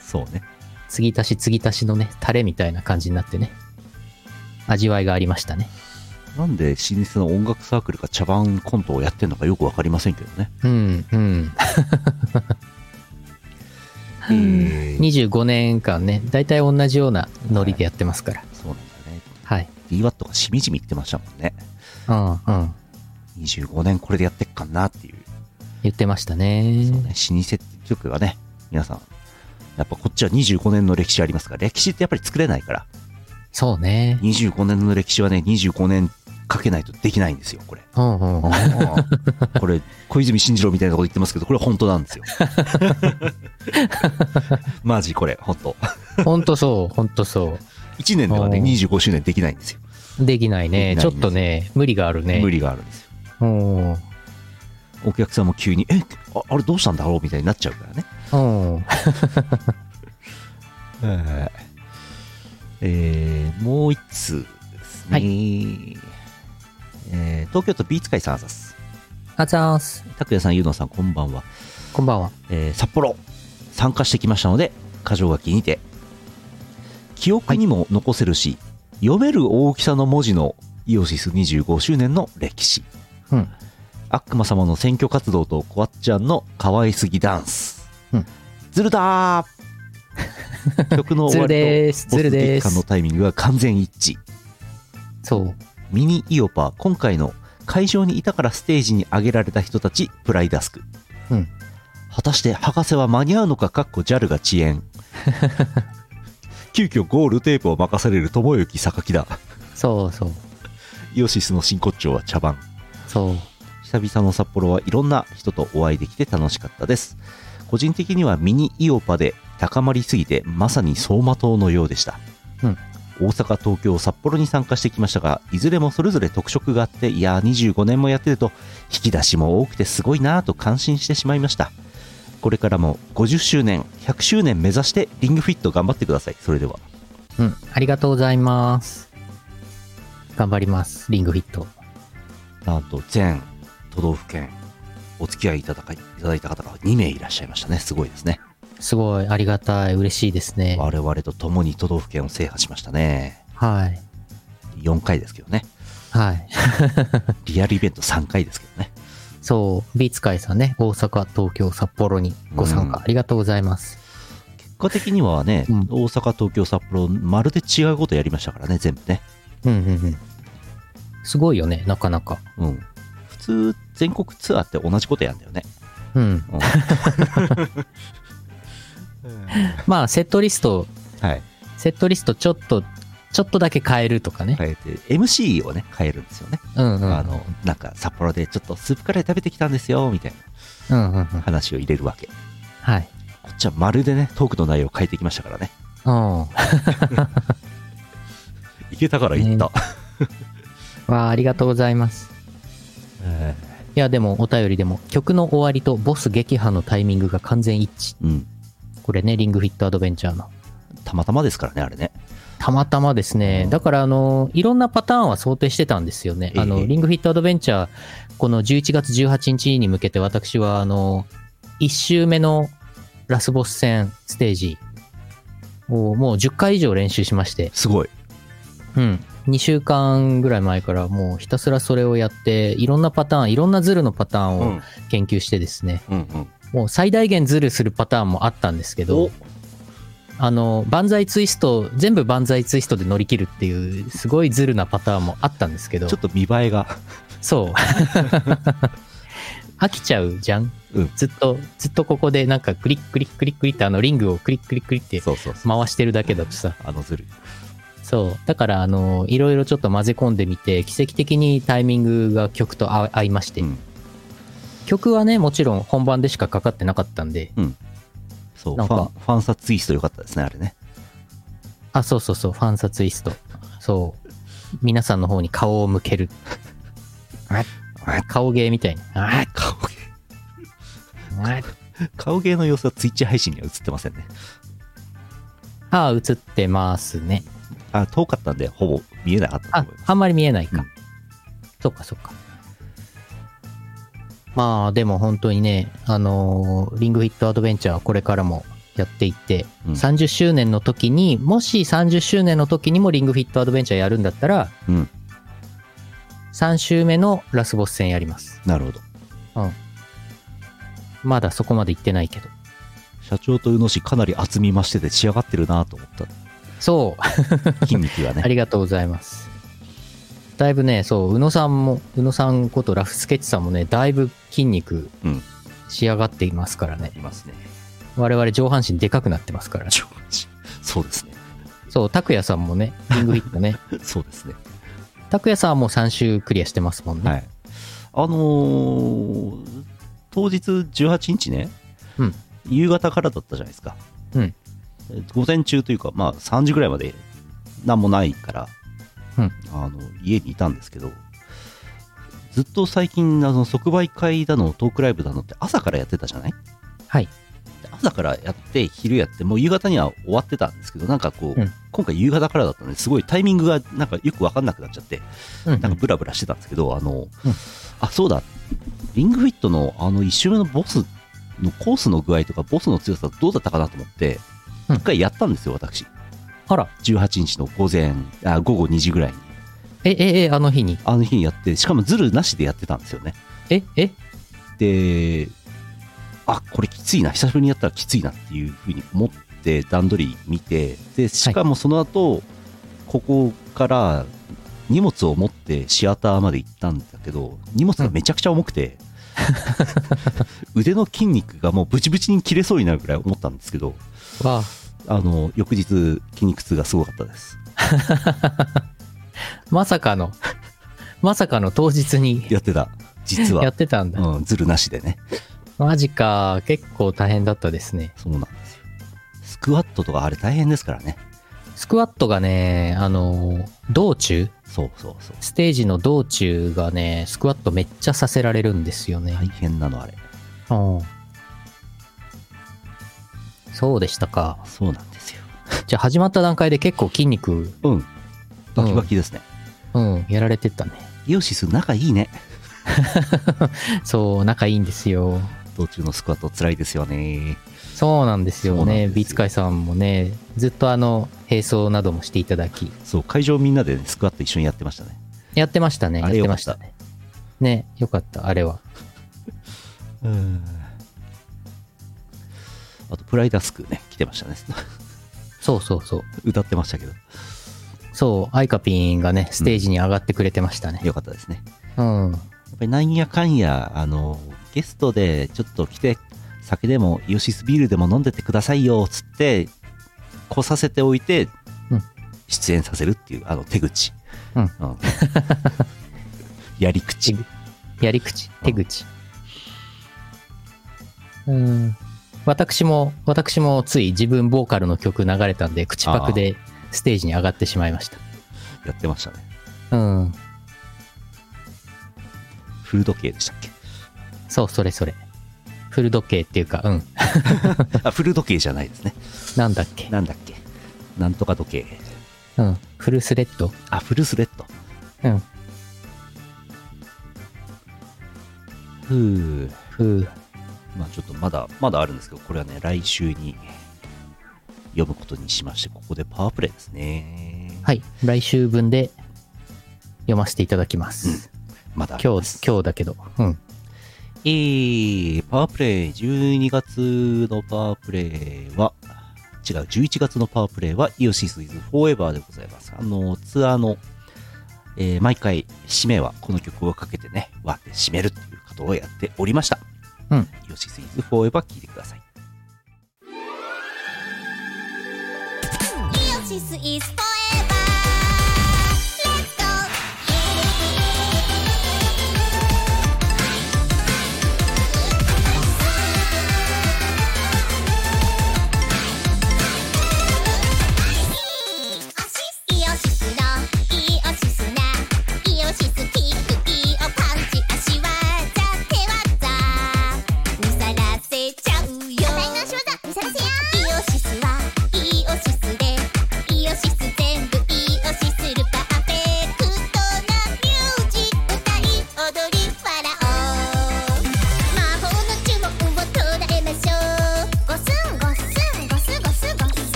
[SPEAKER 2] そうね。
[SPEAKER 1] 継ぎ足し継ぎ足しのね、タレみたいな感じになってね、味わいがありましたね。
[SPEAKER 2] なんで老舗の音楽サークルが茶番コントをやってるのかよくわかりませんけどね。
[SPEAKER 1] うん、うん。
[SPEAKER 2] えー
[SPEAKER 1] 25年間ね、大体同じようなノリでやってますから。
[SPEAKER 2] そうなんだね。
[SPEAKER 1] はい。
[SPEAKER 2] DWAT がしみじみ言ってましたもんね。
[SPEAKER 1] うん、うん。
[SPEAKER 2] 25年これでやってっかなっていう。
[SPEAKER 1] 言ってましたね。
[SPEAKER 2] そうね、老舗って曲はね、皆さん、やっぱこっちは25年の歴史ありますから、歴史ってやっぱり作れないから、
[SPEAKER 1] そうね。
[SPEAKER 2] 25年の歴史はね、25年かけないとできないんですよ、これ。
[SPEAKER 1] うんうんうん。
[SPEAKER 2] これ小泉進次郎みたいなこと 言ってますけどこれ本当なんですよマジこれ本当
[SPEAKER 1] ほんとそう、ほんとそ
[SPEAKER 2] 1年ではね
[SPEAKER 1] おー
[SPEAKER 2] 25周年できないんですよ、
[SPEAKER 1] う。できないね。
[SPEAKER 2] でき
[SPEAKER 1] ち
[SPEAKER 2] な
[SPEAKER 1] ょ
[SPEAKER 2] い
[SPEAKER 1] っ
[SPEAKER 2] ね
[SPEAKER 1] とね、無理があるね。
[SPEAKER 2] 無理があるんですよ
[SPEAKER 1] うん。う
[SPEAKER 2] お客さんも急に「えああれどうしたんだろう?」みたいになっちゃうからね
[SPEAKER 1] ん。
[SPEAKER 2] はいえー、もう一通ですね、
[SPEAKER 1] は
[SPEAKER 2] えー東京都ビーツ会さんあざす
[SPEAKER 1] あざーす。
[SPEAKER 2] 拓也さんゆうのさんこんばんは、
[SPEAKER 1] こんばんは。
[SPEAKER 2] えー札幌参加してきましたので箇条書きにて記憶にも残せるし、読める大きさの文字のイオシス25周年の歴史
[SPEAKER 1] うん。
[SPEAKER 2] 悪魔様の選挙活動とこわっちゃんの可愛すぎダンス。
[SPEAKER 1] うん
[SPEAKER 2] ずるだ ー曲の終わ
[SPEAKER 1] ずる
[SPEAKER 2] り
[SPEAKER 1] です。
[SPEAKER 2] とボ
[SPEAKER 1] ずる
[SPEAKER 2] ス
[SPEAKER 1] で
[SPEAKER 2] 月間の
[SPEAKER 1] す。
[SPEAKER 2] タイミングが完全一致。
[SPEAKER 1] そう。
[SPEAKER 2] ミニイオパ、今回の会場にいたからステージに上げられた人たち、プライダスク。
[SPEAKER 1] うん
[SPEAKER 2] 果たして博士は間に合うのか、かっこ JAL が遅 延。急遽ゴールテープを任される友幸榊だ。
[SPEAKER 1] そうそう。
[SPEAKER 2] イオシスの真骨頂は茶番。
[SPEAKER 1] そう。
[SPEAKER 2] 久々の札幌はいろんな人とお会いできて楽しかったです個人的にはミニイオパで高まりすぎてまさに走馬灯のようでした、
[SPEAKER 1] うん
[SPEAKER 2] 大阪東京札幌に参加してきましたがいずれもそれぞれ特色があっていやー25年もやってると引き出しも多くてすごいなぁと感心してしまいましたこれからも50周年100周年目指してリングフィット頑張ってくださいそれでは
[SPEAKER 1] うん。ありがとうございます。頑張ります。リングフィット。
[SPEAKER 2] なんと全都道府県お付き合いいただかいただいた方が2名いらっしゃいましたねすごいですね
[SPEAKER 1] すごいありがたい。嬉しいですね。
[SPEAKER 2] 我々と共に都道府県を制覇しましたね。
[SPEAKER 1] はい。
[SPEAKER 2] 4回ですけどね。
[SPEAKER 1] はい。
[SPEAKER 2] リアルイベント3回ですけどね。
[SPEAKER 1] そう。ビーツ会さんね。大阪、東京、札幌にご参加。
[SPEAKER 2] うん
[SPEAKER 1] ありがとうございます。
[SPEAKER 2] 結果的にはね、
[SPEAKER 1] うん
[SPEAKER 2] 大阪、東京、札幌、まるで違うことやりましたからね、全部ね。
[SPEAKER 1] うんうんうん。すごいよね。なかなか。
[SPEAKER 2] うん。普通、全国ツアーって同じことやんだよね。
[SPEAKER 1] うん。
[SPEAKER 2] うん
[SPEAKER 1] まあ、セットリスト、
[SPEAKER 2] はい。
[SPEAKER 1] セットリストちょっと、ちょっとだけ変えるとかね。
[SPEAKER 2] 変えて、MC をね、変えるんですよね。
[SPEAKER 1] うんうん。
[SPEAKER 2] あの、なんか札幌でちょっとスープカレー食べてきたんですよ、みたい
[SPEAKER 1] うんうんうん。
[SPEAKER 2] な話を入れるわけ。
[SPEAKER 1] はい。
[SPEAKER 2] こっちはまるでね、トークの内容を変えてきましたからね。
[SPEAKER 1] うん。
[SPEAKER 2] 行けたから行った。
[SPEAKER 1] わあ、ありがとうございます。
[SPEAKER 2] え
[SPEAKER 1] いや、でも、お便りでも、曲の終わりとボス撃破のタイミングが完全一致。
[SPEAKER 2] ーうん。
[SPEAKER 1] これね、リングフィットアドベンチャーの。
[SPEAKER 2] たまたまですからね、あれね。
[SPEAKER 1] たまたまですね。だから、あの、いろんなパターンは想定してたんですよね。あ
[SPEAKER 2] え
[SPEAKER 1] の、
[SPEAKER 2] え
[SPEAKER 1] リングフィットアドベンチャー、この11月18日に向けて、私は、あの、1周目のラスボス戦ステージをもう10回以上練習しまして、
[SPEAKER 2] すごい。
[SPEAKER 1] うん。2週間ぐらい前からもうひたすらそれをやって、いろんなパターン、いろんなズルのパターンを
[SPEAKER 2] ん。
[SPEAKER 1] 研究してですね、
[SPEAKER 2] うんうん。
[SPEAKER 1] もう最大限ズルするパターンもあったんですけど、あの、万歳ツイスト、全部万歳ツイストで乗り切るっていう、すごいズルなパターンもあったんですけど
[SPEAKER 2] ちょ、っと見栄えが、
[SPEAKER 1] そう。 飽きちゃうじゃん、
[SPEAKER 2] うん
[SPEAKER 1] ずっと、ずっとここでなんかクリックリックリックリってあのリングをクリックリックリって
[SPEAKER 2] そうそうそう、
[SPEAKER 1] 回してるだけだとさ、
[SPEAKER 2] あのずるい。
[SPEAKER 1] そう。だから、あの、いろいろちょっと混ぜ込んでみて、奇跡的にタイミングが曲と合合いまして、
[SPEAKER 2] うん
[SPEAKER 1] 曲はね、もちろん本番でしかかかってなかったんで、
[SPEAKER 2] そう、フ
[SPEAKER 1] なんか
[SPEAKER 2] ァン、ファンサツイスト良かったですね、あれね。
[SPEAKER 1] あ、そうそうそう、ファンサツイスト。そう。皆さんの方に顔を向 ける。顔芸みたいに。あ
[SPEAKER 2] 顔芸、
[SPEAKER 1] あ
[SPEAKER 2] 顔芸の様子はツイッチ配信には映ってませんね。
[SPEAKER 1] あ、映ってますね。
[SPEAKER 2] あ、遠かったんで、ほぼ見えなかった
[SPEAKER 1] あ
[SPEAKER 2] と思いま、
[SPEAKER 1] あんまり見えないか。
[SPEAKER 2] うん
[SPEAKER 1] そっかそっか。まあ、でも本当にね、あのーリングフィットアドベンチャーはこれからもやっていって、
[SPEAKER 2] うん
[SPEAKER 1] 30周年の時に、もし30周年の時にもリングフィットアドベンチャーやるんだったら、
[SPEAKER 2] す。うん、
[SPEAKER 1] 3周目のラスボス戦やります。
[SPEAKER 2] なるほど。
[SPEAKER 1] まだそこまで行ってないけど。
[SPEAKER 2] 社長と宇野氏、かなり厚み増してて仕上がってるなと思った。
[SPEAKER 1] そう。
[SPEAKER 2] 筋肉が
[SPEAKER 1] あ
[SPEAKER 2] ね。
[SPEAKER 1] りがとうございます。だいぶね、そう、宇野さんも、宇野さんことラフスケッチさんもね、だいぶ筋肉
[SPEAKER 2] うん
[SPEAKER 1] 仕上がっていますからね。
[SPEAKER 2] いますね。
[SPEAKER 1] 我々上半身でかくなってますからね。
[SPEAKER 2] 上半身そうですね。
[SPEAKER 1] そう、拓也さんもね、リングヒット ね。
[SPEAKER 2] そうですね。
[SPEAKER 1] 拓也さんはもう3周クリアしてますもんね。
[SPEAKER 2] はい。あのー当日18日ね、
[SPEAKER 1] うん
[SPEAKER 2] 夕方からだったじゃないですか。
[SPEAKER 1] うん
[SPEAKER 2] 午前中というか、まあ、3時ぐらいまで何もないから、
[SPEAKER 1] うん
[SPEAKER 2] あの家にいたんですけどずっと最近あの即売会だのトークライブだのって朝からやってたじゃない
[SPEAKER 1] はい
[SPEAKER 2] で朝からやって昼やってもう夕方には終わってたんですけどなんかこう、
[SPEAKER 1] うん
[SPEAKER 2] 今回夕方からだったのですごいタイミングがなんかよく分かんなくなっちゃって
[SPEAKER 1] うんうん
[SPEAKER 2] なんかブラブラしてたんですけど、あの、あ、そうだ、リングフィットのあの1周目のボスのコースの具合とか、ボスの強さどうだったかなと思って、
[SPEAKER 1] うん
[SPEAKER 2] 一回やったんですよ、私。
[SPEAKER 1] あら、
[SPEAKER 2] 18日の午前、あ、午後2時ぐらいに。
[SPEAKER 1] え、え、え、あの日に。
[SPEAKER 2] あの日にやって、しかもズルなしでやってたんですよね。
[SPEAKER 1] え、え、
[SPEAKER 2] で、あ、これきついな、久しぶりにやったらきついなっていうふうに思って、段取り見て、で、しかもその後、ここから荷物を持ってシアターまで行ったんだけど、荷物がめちゃくちゃ重くて、腕の筋肉がもうブチブチに切れそうになるぐらい思ったんですけど、
[SPEAKER 1] は、
[SPEAKER 2] あの、翌日、筋肉痛がすごかったです。
[SPEAKER 1] まさかの、 まさかの当日に
[SPEAKER 2] やってた、実
[SPEAKER 1] や
[SPEAKER 2] は
[SPEAKER 1] っ。てたんだ。
[SPEAKER 2] うん、ズルなしでね。
[SPEAKER 1] マジか、結構大変だったですね。
[SPEAKER 2] そうなんですよ。スクワットとかあれ大変ですからね。
[SPEAKER 1] スクワットがね、あの、道中、
[SPEAKER 2] そうそうそう。
[SPEAKER 1] ステージの道中がね、スクワットめっちゃさせられるんですよね。
[SPEAKER 2] 大変なのあれ
[SPEAKER 1] うんそうでしたか。
[SPEAKER 2] そうなんですよ
[SPEAKER 1] じゃあ始まった段階で結構筋肉、
[SPEAKER 2] うんバキバキですね、
[SPEAKER 1] うん、やられてったね。
[SPEAKER 2] イオシス仲いいね
[SPEAKER 1] そう、仲いいんですよ。
[SPEAKER 2] 道中のスクワット辛いですよね
[SPEAKER 1] そうなんです
[SPEAKER 2] そ
[SPEAKER 1] よ
[SPEAKER 2] うなんで
[SPEAKER 1] ね。
[SPEAKER 2] すよ
[SPEAKER 1] ビーツ会さんもね、ずっとあの、並走などもしていただき、
[SPEAKER 2] そう会場みんなでね、スクワット一緒にやってましたね
[SPEAKER 1] やってましたね。や
[SPEAKER 2] あ
[SPEAKER 1] っ
[SPEAKER 2] れ
[SPEAKER 1] て
[SPEAKER 2] よか
[SPEAKER 1] ま
[SPEAKER 2] っ
[SPEAKER 1] したたね。ね、よかった、あれは。
[SPEAKER 2] うんあとプライダスクね来てましたね
[SPEAKER 1] そうそうそう。
[SPEAKER 2] 歌ってましたけど
[SPEAKER 1] そう、アイカピンがね、ステージに上がってくれてましたね。
[SPEAKER 2] よかったですね
[SPEAKER 1] うん。
[SPEAKER 2] やっぱりなんやかんやあのゲストでちょっと来て酒でもイオシスビールでも飲んでってくださいよつって来させておいて、
[SPEAKER 1] うん
[SPEAKER 2] 出演させるっていうあの手口、
[SPEAKER 1] うん
[SPEAKER 2] やり口
[SPEAKER 1] やり口、手口。うん。私も、私もつい自分ボーカルの曲流れたんで、口パクでステージに上がってしまいまし
[SPEAKER 2] やってましたね
[SPEAKER 1] た。うん。
[SPEAKER 2] フル時計でしたっけ
[SPEAKER 1] そう、それそれ。フル時計っていうか、うん。
[SPEAKER 2] あフル時計じゃないですね
[SPEAKER 1] なんだっけ。
[SPEAKER 2] なんだっけなんとか時計
[SPEAKER 1] うん。フルスレッド。
[SPEAKER 2] あフルスレッド
[SPEAKER 1] うん。
[SPEAKER 2] ふう
[SPEAKER 1] ふう。
[SPEAKER 2] まあちょっとまだまだあるんですけどこれはね来週に読むことにしましてここでパワープレイですね
[SPEAKER 1] はい。来週分で読ませていただきます。
[SPEAKER 2] まだあり
[SPEAKER 1] 今
[SPEAKER 2] ま
[SPEAKER 1] 日
[SPEAKER 2] す、
[SPEAKER 1] 今日だけど。うん。
[SPEAKER 2] えー、パワープレイ、12月のパワープレイは、違う、11月のパワープレイは、イオシスイズフォーエバーでございます。あの、ツアーの、えー毎回、締めはこの曲をかけてね、割って締めるということをやっておりました。
[SPEAKER 1] うん。
[SPEAKER 2] イオシスイズフォーエバー聴いてください。
[SPEAKER 6] イオシス is forever Let's go イオシスのイオシスなイオシスキックイオパンチ足技手技見さらせちゃうよ私の足技見さらせよイオシスはイオシスでイオシスで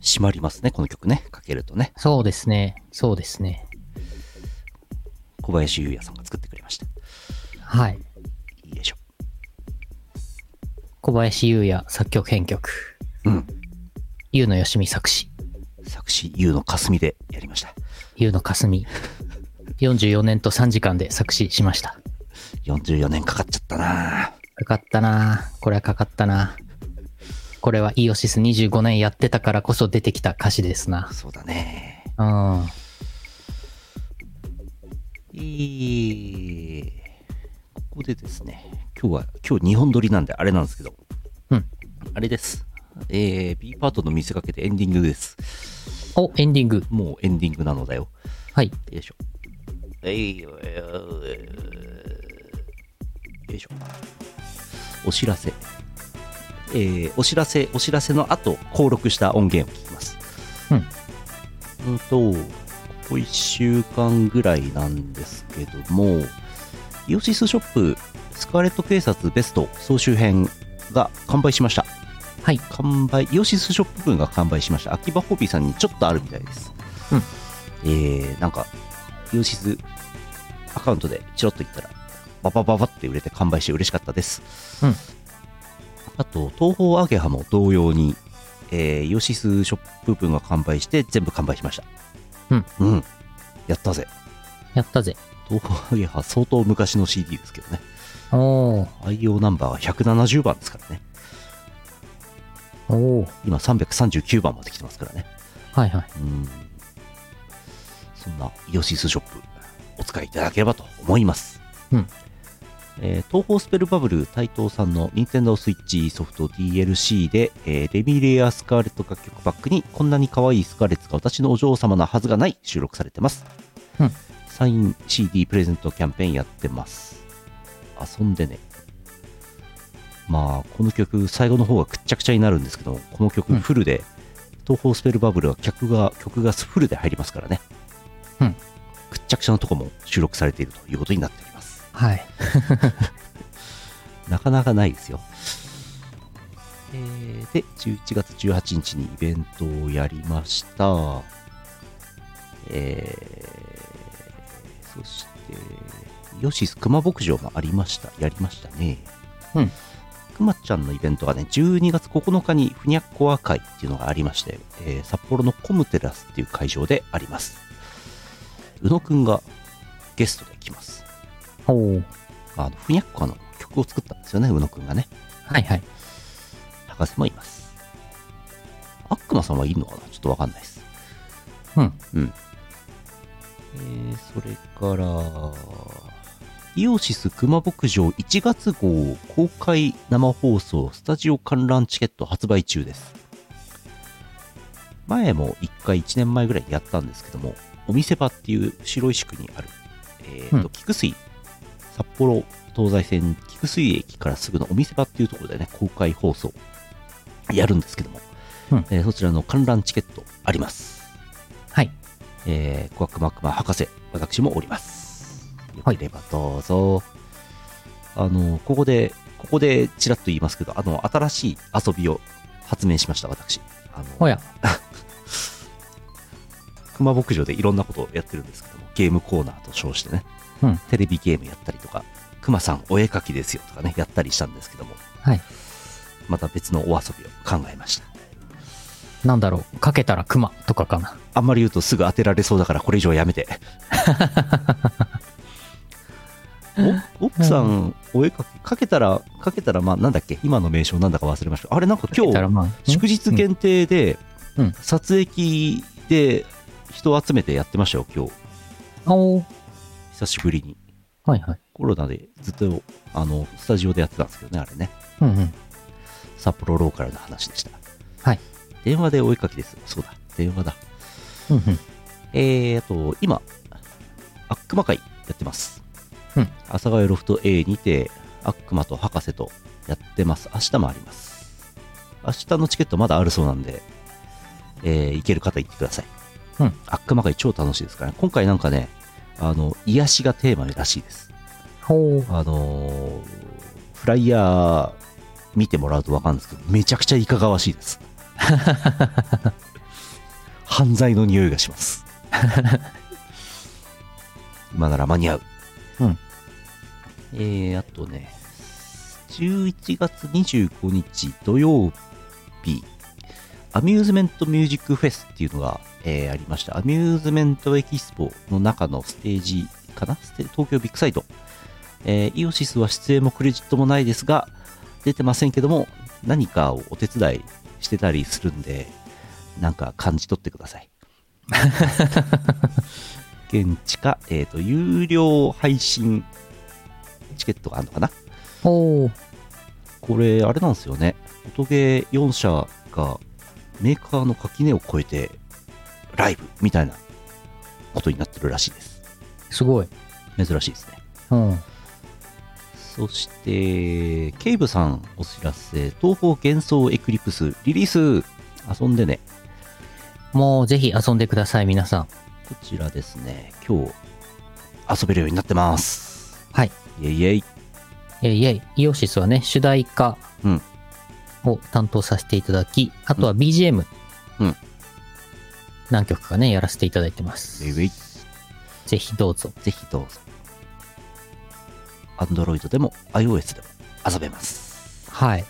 [SPEAKER 2] 締まりますね、この曲ね。かけるとね。
[SPEAKER 1] そうですね。そうですね。
[SPEAKER 2] 小林優也さんが作ってくれました。
[SPEAKER 1] はい。
[SPEAKER 2] よいしょ。
[SPEAKER 1] 小林優也作曲編曲。
[SPEAKER 2] うん。
[SPEAKER 1] 優野よしみ作詞。
[SPEAKER 2] 作詞、優の霞でやりました。
[SPEAKER 1] 優野かすみ。44年と3時間で作詞しました。
[SPEAKER 2] 44年かかっちゃったなぁ
[SPEAKER 1] かかったなこれはかかったなこれはイオシス25年やってたからこそ出てきた歌詞ですな。
[SPEAKER 2] そうだね。
[SPEAKER 1] うん。
[SPEAKER 2] えー、ここでですね、今日は、今日2本撮りなんであれなんですけど、
[SPEAKER 1] うん。
[SPEAKER 2] あれです。えー、B パートの見せかけてエンディングです。
[SPEAKER 1] お、エンディング。
[SPEAKER 2] もうエンディングなのだよ。
[SPEAKER 1] はい。
[SPEAKER 2] よいしょ。えいよいよいよいしょ。お知らせ。えー、お知らせ、お知らせの後、登録した音源を聞きます。
[SPEAKER 1] うん。
[SPEAKER 2] うんと、ここ1週間ぐらいなんですけども、イオシスショップ、スカーレット警察ベスト総集編が完売しました。
[SPEAKER 1] はい
[SPEAKER 2] 完売、イオシスショップ分が完売しました。秋葉ホビーさんにちょっとあるみたいです。
[SPEAKER 1] うん。
[SPEAKER 2] えー、なんか、イオシスアカウントでチロッと言ったら、ババババって売れて完売して嬉しかったです。
[SPEAKER 1] うん
[SPEAKER 2] あと、東方アゲハも同様に、えー、イオシスショップ分が完売して全部完売しました。
[SPEAKER 1] うん。
[SPEAKER 2] うん。やったぜ。
[SPEAKER 1] やったぜ。
[SPEAKER 2] 東方アゲハ相当昔の CD ですけどね。
[SPEAKER 1] おー。
[SPEAKER 2] 愛用ナンバーは170番ですからね。
[SPEAKER 1] おー。
[SPEAKER 2] 今339番まで来てますからね。
[SPEAKER 1] はいはい。
[SPEAKER 2] うん。そんなイオシスショップ、お使いいただければと思います。
[SPEAKER 1] うん
[SPEAKER 2] えー東方スペルバブル台東さんの Nintendo Switch ソフト DLC で、えーレミレア・スカーレット楽曲バックにこんなに可愛いスカーレットが私のお嬢様なはずがない収録されてます、
[SPEAKER 1] うん
[SPEAKER 2] サイン CD プレゼントキャンペーンやってます遊んでねまあこの曲最後の方がくっちゃくちゃになるんですけどこの曲
[SPEAKER 1] うん
[SPEAKER 2] フルで、東方スペルバブルは曲が曲がフルで入りますからね、
[SPEAKER 1] うん
[SPEAKER 2] くっちゃくちゃのとこも収録されているということになっております
[SPEAKER 1] はい。
[SPEAKER 2] なかなかないですよ。えーで、11月18日にイベントをやりました。えーそして、ヨシス熊牧場もありました。やりましたね。
[SPEAKER 1] うん。
[SPEAKER 2] 熊ちゃんのイベントがね、12月9日にふにゃっこア会っていうのがありまして、えー札幌のコムテラスっていう会場であります。宇野くんがゲストで来ます。
[SPEAKER 1] おー。
[SPEAKER 2] あのふにゃっこの曲を作ったんですよね、宇野くんがね。
[SPEAKER 1] はいはい。
[SPEAKER 2] 博士もいます。悪魔さんはいるのかなちょっとわかんないです。
[SPEAKER 1] うん。
[SPEAKER 2] うん。えー、それから、イオシス熊牧場1月号公開生放送スタジオ観覧チケット発売中です。前も1回1年前ぐらいにやったんですけども、お店場っていう白石区にある、えーと、
[SPEAKER 1] うん
[SPEAKER 2] 菊水、札幌東西線菊水駅からすぐのお店場っていうところでね、公開放送やるんですけども、
[SPEAKER 1] うん
[SPEAKER 2] えーそちらの観覧チケットあります。
[SPEAKER 1] はい。
[SPEAKER 2] えー、小悪魔悪魔博士、私もおります。よければどうぞ。あの、ここで、ここでちらっと言いますけど、あの、新しい遊びを発明しました、私。あ
[SPEAKER 1] お
[SPEAKER 2] の、
[SPEAKER 1] や。
[SPEAKER 2] 熊牧場でいろんなことをやってるんですけども、ゲームコーナーと称してね、
[SPEAKER 1] うん
[SPEAKER 2] テレビゲームやったりとか、熊さんお絵描きですよとかね、やったりしたんですけども、
[SPEAKER 1] はい。
[SPEAKER 2] また別のお遊びを考えました。
[SPEAKER 1] なんだろう。かけたら熊とかかな。
[SPEAKER 2] あんまり言うとすぐ当てられそうだからこれ以上や めて。お奥さん、お絵かき、かけたら、かけたら、まあ、なんだっけ、今の名称なんだか忘れましたけどあれ、なんか今
[SPEAKER 1] かけたら
[SPEAKER 2] 日、
[SPEAKER 1] まあ、
[SPEAKER 2] 祝日限定で
[SPEAKER 1] うん、
[SPEAKER 2] 撮影で人を集めてやってましたよ、今日。
[SPEAKER 1] んおー。
[SPEAKER 2] 久しぶりに。
[SPEAKER 1] はいはい。
[SPEAKER 2] コロナでずっと、あの、スタジオでやってたんですけどね、あれね。
[SPEAKER 1] うんうん。
[SPEAKER 2] 札幌ローカルな話でした。
[SPEAKER 1] はい。
[SPEAKER 2] 電話でお絵かきです。そうだ、電話だ。
[SPEAKER 1] うんうん。
[SPEAKER 2] えー、あと、今、悪魔会やってます。
[SPEAKER 1] うん
[SPEAKER 2] 阿佐ヶ谷ロフト A にて、悪魔と博士とやってます。明日もあります。明日のチケットまだあるそうなんで、えー行ける方行ってください。
[SPEAKER 1] うん
[SPEAKER 2] 悪魔会超楽しいですからね。今回なんかね、あの、癒しがテーマらしいです。
[SPEAKER 1] おー。
[SPEAKER 2] あのーフライヤー 見てもらうとわかるんですけど、めちゃくちゃいかがわしいです。犯罪の匂いがします 今なら間に合ううんえー、あとね11月25日土曜日アミューズメントミュージックフェスっていうのが、えーありましたアミューズメントエキスポの中のステージかなステ東京ビッグサイトえーイオシスは出演もクレジットもないですが、出てませんけども、何かをお手伝いしてたりするんで、なんか感じ取ってください。現地か、えっ、と、有料配信チケットがあるのかな
[SPEAKER 1] おー
[SPEAKER 2] これ、あれなんですよね。音ゲー4社がメーカーの垣根を越えて、ライブみたいなことになってるらしいです。
[SPEAKER 1] すごい。
[SPEAKER 2] 珍しいですね。
[SPEAKER 1] うん。
[SPEAKER 2] そして、ケイブさんお知らせ、東方幻想エクリプスリリース、遊んでね、
[SPEAKER 1] もうぜひ遊んでください、皆さん。
[SPEAKER 2] こちらですね、今日遊べるようになってます。
[SPEAKER 1] はい。
[SPEAKER 2] イェイイェイ。
[SPEAKER 1] えいえイオシスはね、主題歌
[SPEAKER 2] うん
[SPEAKER 1] を担当させていただき、あとは BGM。
[SPEAKER 2] うん
[SPEAKER 1] 何曲かね、やらせていただいてま
[SPEAKER 2] イェイ
[SPEAKER 1] す。
[SPEAKER 2] イェイ。
[SPEAKER 1] ぜひどうぞ。
[SPEAKER 2] ぜひどうぞ。アンドロイドでも iOS でも遊べます。
[SPEAKER 1] はい。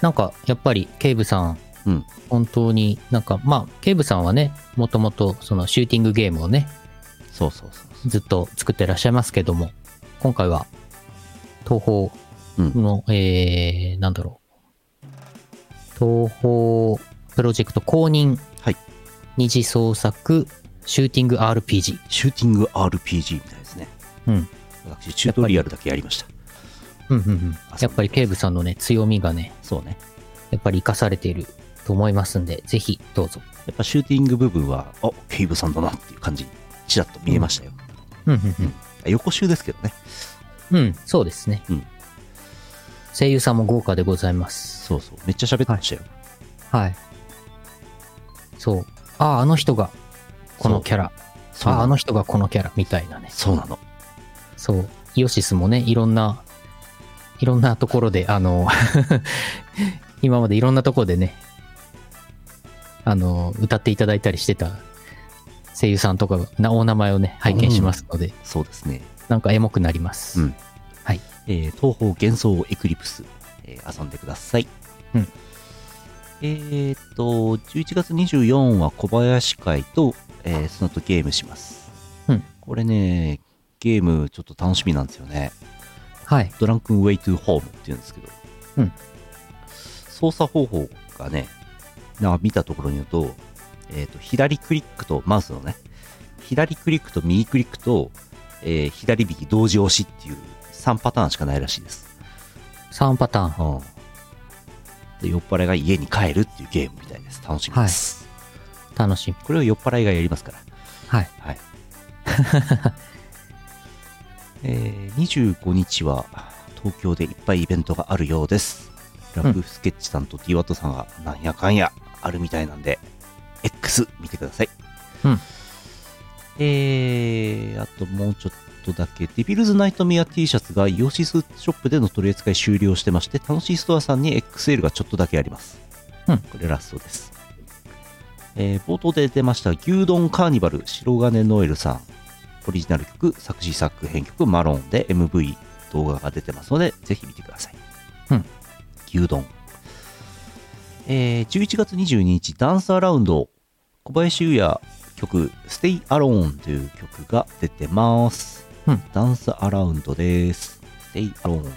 [SPEAKER 1] なんか、やっぱり、ケイブさん、
[SPEAKER 2] うん
[SPEAKER 1] 本当になんか、まあ、ケイブさんはね、もともと、その、シューティングゲームをね、
[SPEAKER 2] そうそうそうそう。
[SPEAKER 1] ずっと作ってらっしゃいますけども、今回は、東方の、えー、なんだろう、東方プロジェクト公認、
[SPEAKER 2] はい
[SPEAKER 1] 二次創作シューティング RPG。
[SPEAKER 2] シューティング RPG みたいですね。
[SPEAKER 1] うん。
[SPEAKER 2] 私、チュートリアルだけやりました。
[SPEAKER 1] うんうんうん
[SPEAKER 2] あそう
[SPEAKER 1] やっぱりケイブさんのね、強みがね、
[SPEAKER 2] そうね。
[SPEAKER 1] やっぱり活かされていると思いますんで、ぜひどうぞ。
[SPEAKER 2] やっぱシューティング部分は、あケイブさんだなっていう感じ、ちらっと見えましたよ。
[SPEAKER 1] うんうん
[SPEAKER 2] 横襲ですけどね。
[SPEAKER 1] うん。うん、そうですね。
[SPEAKER 2] うん
[SPEAKER 1] 声優さんも豪華でございます。
[SPEAKER 2] そうそう。めっちゃ喋ってましたよ。
[SPEAKER 1] はい。そう。ああ、あの人が、このキャラ。
[SPEAKER 2] そう
[SPEAKER 1] ああ、
[SPEAKER 2] な
[SPEAKER 1] あ
[SPEAKER 2] の。
[SPEAKER 1] の人がこのキャラ、みたいなね。
[SPEAKER 2] そうなの。
[SPEAKER 1] そう。イオシスもね、いろんな、いろんなところで、あの、 今までいろんなところでね、あの、歌っていただいたりしてた声優さんとかな、お名前をね、拝見しますので、
[SPEAKER 2] そうですね。
[SPEAKER 1] なんかエモくなります。
[SPEAKER 2] うんえー東方幻想エクリプス、えー遊んでください。
[SPEAKER 1] うん
[SPEAKER 2] えーっと、11月24は小林会と、えーその後ゲームします。
[SPEAKER 1] うん
[SPEAKER 2] これね、ゲームちょっと楽しみなんですよね。
[SPEAKER 1] はい。
[SPEAKER 2] ドランクンウェイトゥーホームっていうんですけど、
[SPEAKER 1] うん
[SPEAKER 2] 操作方法がね、なんか見たところによると、えっ、と、左クリックと、マウスのね、左クリックと右クリックと、えー左右同時押しっていう3パターンしかないらしいです。
[SPEAKER 1] 3パターン。
[SPEAKER 2] うんで酔っ払いが家に帰るっていうゲームみたいです。楽しみです。
[SPEAKER 1] 楽しみ。
[SPEAKER 2] これを酔っ払いがやりますから。
[SPEAKER 1] はい。
[SPEAKER 2] はい。 えー、25日は東京でいっぱいイベントがあるようです。ラ
[SPEAKER 1] ん
[SPEAKER 2] フスケッチさんと DWAT さんがなんやかんやあるみたいなんで、X 見てください。
[SPEAKER 1] うん。
[SPEAKER 2] えー、あともうちょっとだけ、デビルズナイトメア T シャツがイオシスショップでの取り扱い終了してまして、楽しいストアさんに XL がちょっとだけあります。
[SPEAKER 1] うん
[SPEAKER 2] これラストです。えー冒頭で出ました牛丼カーニバル白金ノエルさんオリジナル曲作詞作編曲マロンで MV 動画が出てますのでぜひ見てください、
[SPEAKER 1] うん、
[SPEAKER 2] 牛丼、えー11月22日ダンスアラウンド小林優也曲「Stay Alone」という曲が出てます、
[SPEAKER 1] うん
[SPEAKER 2] ダンスアラウンドです Stay Alone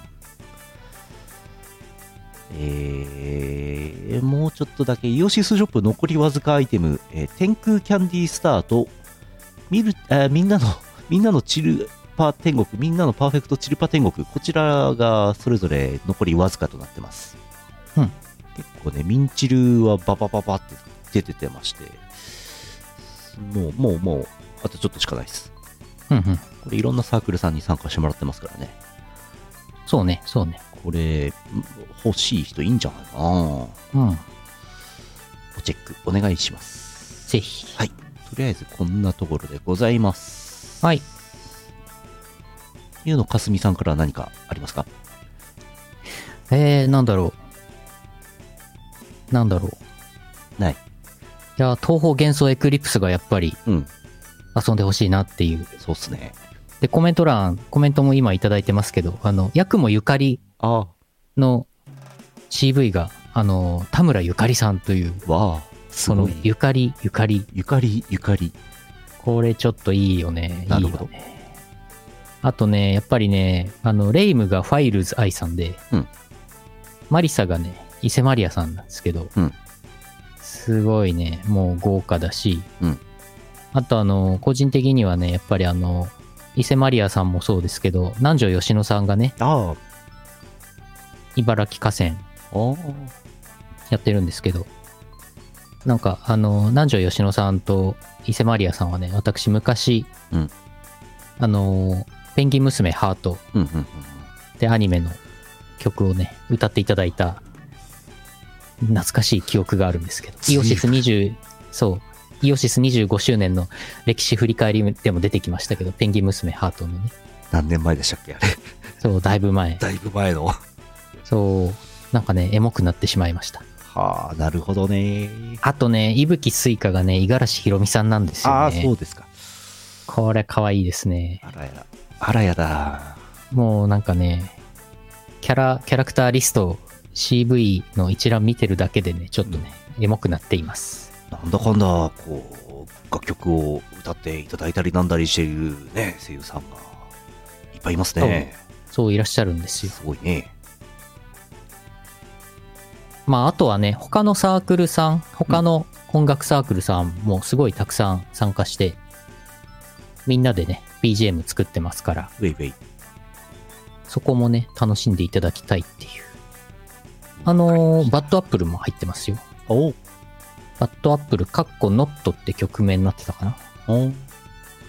[SPEAKER 2] えーもうちょっとだけ、イオシスショップ残りわずかアイテム、えー天空キャンディースターと、みる、えーみんなの、 みんなのチルパ天国、みんなのパーフェクトチルパ天国、こちらがそれぞれ残りわずかとなってます。
[SPEAKER 1] うん
[SPEAKER 2] 結構ね、ミンチルはババババって出ててまして、もう、もう、もう、あとちょっとしかないです。
[SPEAKER 1] うんうん。
[SPEAKER 2] これいろんなサークルさんに参加してもらってますからね。
[SPEAKER 1] そうね、そうね。
[SPEAKER 2] これ、ん欲しい人いいんじゃないかな
[SPEAKER 1] うん。
[SPEAKER 2] ごチェックお願いします。
[SPEAKER 1] ぜひ。
[SPEAKER 2] はい。とりあえずこんなところでございます。
[SPEAKER 1] はい。
[SPEAKER 2] ゆうのかすみさんから何かありますか
[SPEAKER 1] えー、なんだろう。なんだろう。
[SPEAKER 2] ない。
[SPEAKER 1] いや、東方幻想エクリプスがやっぱり
[SPEAKER 2] うん。
[SPEAKER 1] 遊んでほしいなっていう。
[SPEAKER 2] そうっすね。
[SPEAKER 1] で、コメント欄、コメントも今いただいてますけど、あの、ヤクモゆかり
[SPEAKER 2] あ
[SPEAKER 1] の CV が、あの、田村ゆかりさんという、
[SPEAKER 2] あ、わあ、す
[SPEAKER 1] こ
[SPEAKER 2] ご
[SPEAKER 1] の
[SPEAKER 2] い。
[SPEAKER 1] ゆかり、ゆかり、
[SPEAKER 2] ゆかり、ゆかり。
[SPEAKER 1] これちょっといいよね。
[SPEAKER 2] なるほど
[SPEAKER 1] いいよねあとね、やっぱりね、あの、レイムがファイルズ愛さんで、
[SPEAKER 2] うん
[SPEAKER 1] マリサがね、伊勢マリアさんなんですけど、
[SPEAKER 2] うん
[SPEAKER 1] すごいね、もう豪華だし、
[SPEAKER 2] うん
[SPEAKER 1] あとあの、個人的にはね、やっぱりあの、伊勢マリアさんもそうですけど、南條吉野さんがね、
[SPEAKER 2] ああ、
[SPEAKER 1] 茨城河川
[SPEAKER 2] あ
[SPEAKER 1] やってるんですけど、なんか、あの、南條吉野さんと伊勢マリアさんはね、私昔、
[SPEAKER 2] うん
[SPEAKER 1] あの、ペンギン娘ハート
[SPEAKER 2] あ、うんうんうん。
[SPEAKER 1] でアニメの曲をね、歌っていただいた、懐かしい記憶があるんですけど、イオシス20、そう、イオシス25周年の歴史振り返りでも出てきましたけど、ペンギン娘ハートのね、
[SPEAKER 2] 何年前でしたっけあれ。
[SPEAKER 1] そう、だいぶ前、
[SPEAKER 2] だいぶ前の。は
[SPEAKER 1] そう、なんかね、エモくなってしまいました。
[SPEAKER 2] あ、なるほどね。
[SPEAKER 1] あとね、伊吹スイカがね、五十嵐ひろみさんなんですよね。
[SPEAKER 2] ああ、そうですか。
[SPEAKER 1] これ可愛いですね。
[SPEAKER 2] あらやだ。あらやだ。
[SPEAKER 1] もうなんかね、キャラ、キャラクターリスト、CV の一覧見てるだけでね、ちょっとね、エモくなっています。
[SPEAKER 2] なんだかんだ、こう、楽曲を歌っていただいたりなんだりしているね、声優さんがいっぱいいますね。
[SPEAKER 1] そういらっしゃるんですよ。
[SPEAKER 2] すごいね。
[SPEAKER 1] まあ、あとはね、他のサークルさん、他の音楽サークルさんもすごいたくさん参加して、みんなでね、BGM 作ってますから、
[SPEAKER 2] ウェイウェイ。
[SPEAKER 1] そこもね、楽しんでいただきたいっていう。あのーバッドアップルも入ってますよ。
[SPEAKER 2] お
[SPEAKER 1] バッドアップル、カッコノットって曲名になってたかな
[SPEAKER 2] お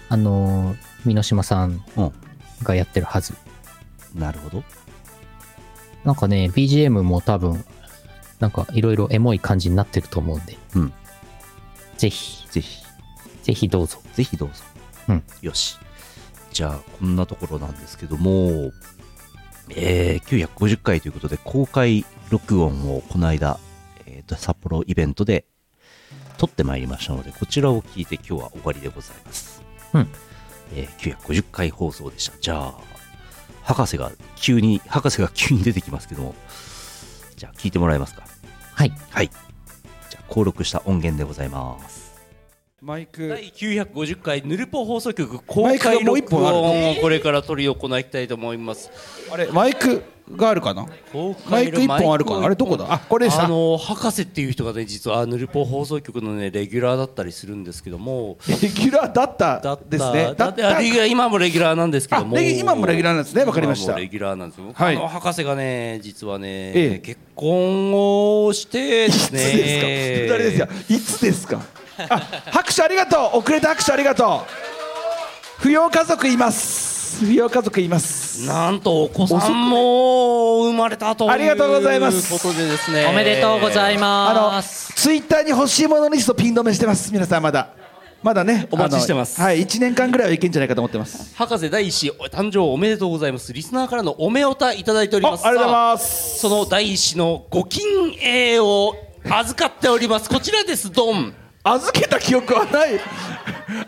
[SPEAKER 1] あのー、美濃島さん
[SPEAKER 2] うん
[SPEAKER 1] がやってるはず。
[SPEAKER 2] なるほど。
[SPEAKER 1] なんかね、BGM も多分、なんかいろいろエモい感じになってると思うんで。
[SPEAKER 2] うん
[SPEAKER 1] ぜひ、
[SPEAKER 2] ぜひ、
[SPEAKER 1] ぜひどうぞ。
[SPEAKER 2] ぜひどうぞ。
[SPEAKER 1] うん。
[SPEAKER 2] よし。じゃあ、こんなところなんですけども、えー、950回ということで、公開録音をこの間、えーと、札幌イベントで撮ってまいりましたので、こちらを聞いて今日は終わりでございます。
[SPEAKER 1] うん。
[SPEAKER 2] えー、950回放送でした。じゃあ、博士が急に、博士が急に出てきますけども、じゃあ聞いてもらえますか。
[SPEAKER 1] はい。
[SPEAKER 2] はい。じゃあ、登録した音源でございます。
[SPEAKER 7] マイク
[SPEAKER 8] 第950回ヌルポ放送局公
[SPEAKER 7] 毎
[SPEAKER 8] 開
[SPEAKER 7] 回もう一
[SPEAKER 8] 録
[SPEAKER 7] 本ある
[SPEAKER 8] 音をこれから取り行いたいと思います。
[SPEAKER 7] あれマイクがあるかな
[SPEAKER 8] 公開
[SPEAKER 7] マイク一本あるか
[SPEAKER 8] マイク
[SPEAKER 7] なあれどこだあこれさ
[SPEAKER 8] あの博士っていう人がね実はヌルポ放送局のねレギュラーだったりするんですけども、
[SPEAKER 7] レギュラーだった
[SPEAKER 8] だった
[SPEAKER 7] ですね
[SPEAKER 8] だってあレギュラー今もレギュラーなんですけども
[SPEAKER 7] あレギュ今もレギュラーなんですねわかりました
[SPEAKER 8] 今もレギュラーなんですよ、
[SPEAKER 7] はい
[SPEAKER 8] あの博士がね実はね、
[SPEAKER 7] ええ
[SPEAKER 8] 結婚をしてで
[SPEAKER 7] いつ
[SPEAKER 8] すね
[SPEAKER 7] ですか誰ですよいつですかあ拍手ありがとう遅れた拍手ありがとう扶養家族います扶養家族います
[SPEAKER 8] なんとお子さんも生まれたという
[SPEAKER 7] ありがとうございます
[SPEAKER 8] ことでですね
[SPEAKER 1] おめでとうござい
[SPEAKER 7] あの
[SPEAKER 1] ます。
[SPEAKER 7] ツイッターに欲しいものリストピン止めしてます皆さんまだまだね
[SPEAKER 8] お待ちしてます
[SPEAKER 7] あのはい1年間ぐらいはいけんじゃないかと思ってます
[SPEAKER 8] 博士第一子お誕生おめでとうございますリスナーからのおめおたいただいており
[SPEAKER 7] ああり
[SPEAKER 8] ま
[SPEAKER 7] がと
[SPEAKER 8] す
[SPEAKER 7] うござい
[SPEAKER 8] さあ
[SPEAKER 7] ます
[SPEAKER 8] その第一子のご金栄を預かっておりますこちらですドン
[SPEAKER 7] 預けた記憶はない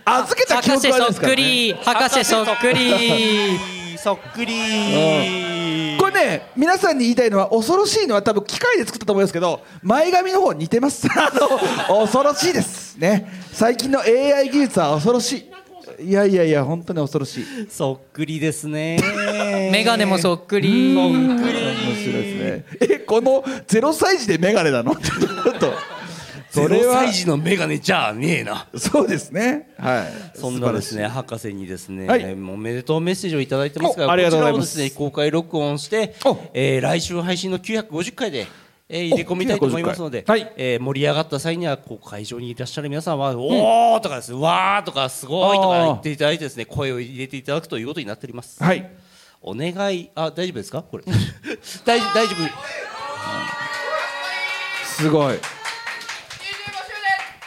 [SPEAKER 7] 預けた記
[SPEAKER 1] 博
[SPEAKER 7] 憶
[SPEAKER 1] 士
[SPEAKER 7] はない
[SPEAKER 1] そ
[SPEAKER 7] で
[SPEAKER 1] っ
[SPEAKER 7] すから、
[SPEAKER 1] く
[SPEAKER 7] ね、
[SPEAKER 1] り博士そっくり
[SPEAKER 8] そっくり
[SPEAKER 7] これね皆さんに言いたいのは恐ろしいのは多分機械で作ったと思いますけど前髪の方似てます あの恐ろしいですね最近の AI 技術は恐ろしいいやいやいや本当に恐ろしい
[SPEAKER 8] そっくりですね
[SPEAKER 1] メガネもそっくり
[SPEAKER 7] 面白いですねえこのゼロ歳児で眼鏡なの ちょっと
[SPEAKER 8] ゼ
[SPEAKER 7] そ
[SPEAKER 8] ロ
[SPEAKER 7] れは
[SPEAKER 8] 歳児のメガネじゃねえな
[SPEAKER 7] そうですねはい
[SPEAKER 8] そんなです
[SPEAKER 7] 素晴
[SPEAKER 8] ね
[SPEAKER 7] らしい
[SPEAKER 8] 博士にですね、
[SPEAKER 7] はい
[SPEAKER 8] おめでとうメッセージをいただいてますから
[SPEAKER 7] おありがとうございます
[SPEAKER 8] こちらをですね公開録音して
[SPEAKER 7] お、
[SPEAKER 8] えー来週配信の950回で、えー入れ込みたいと思いますので
[SPEAKER 7] 950、回はい
[SPEAKER 8] えー盛り上がった際にはこう会場にいらっしゃる皆さんは、おーとかですねわーとかすごいとか言っていただいてですね声を入れていただくということになっております、
[SPEAKER 7] はい
[SPEAKER 8] お願いあ大丈夫ですか これ大丈夫大丈夫
[SPEAKER 7] すごい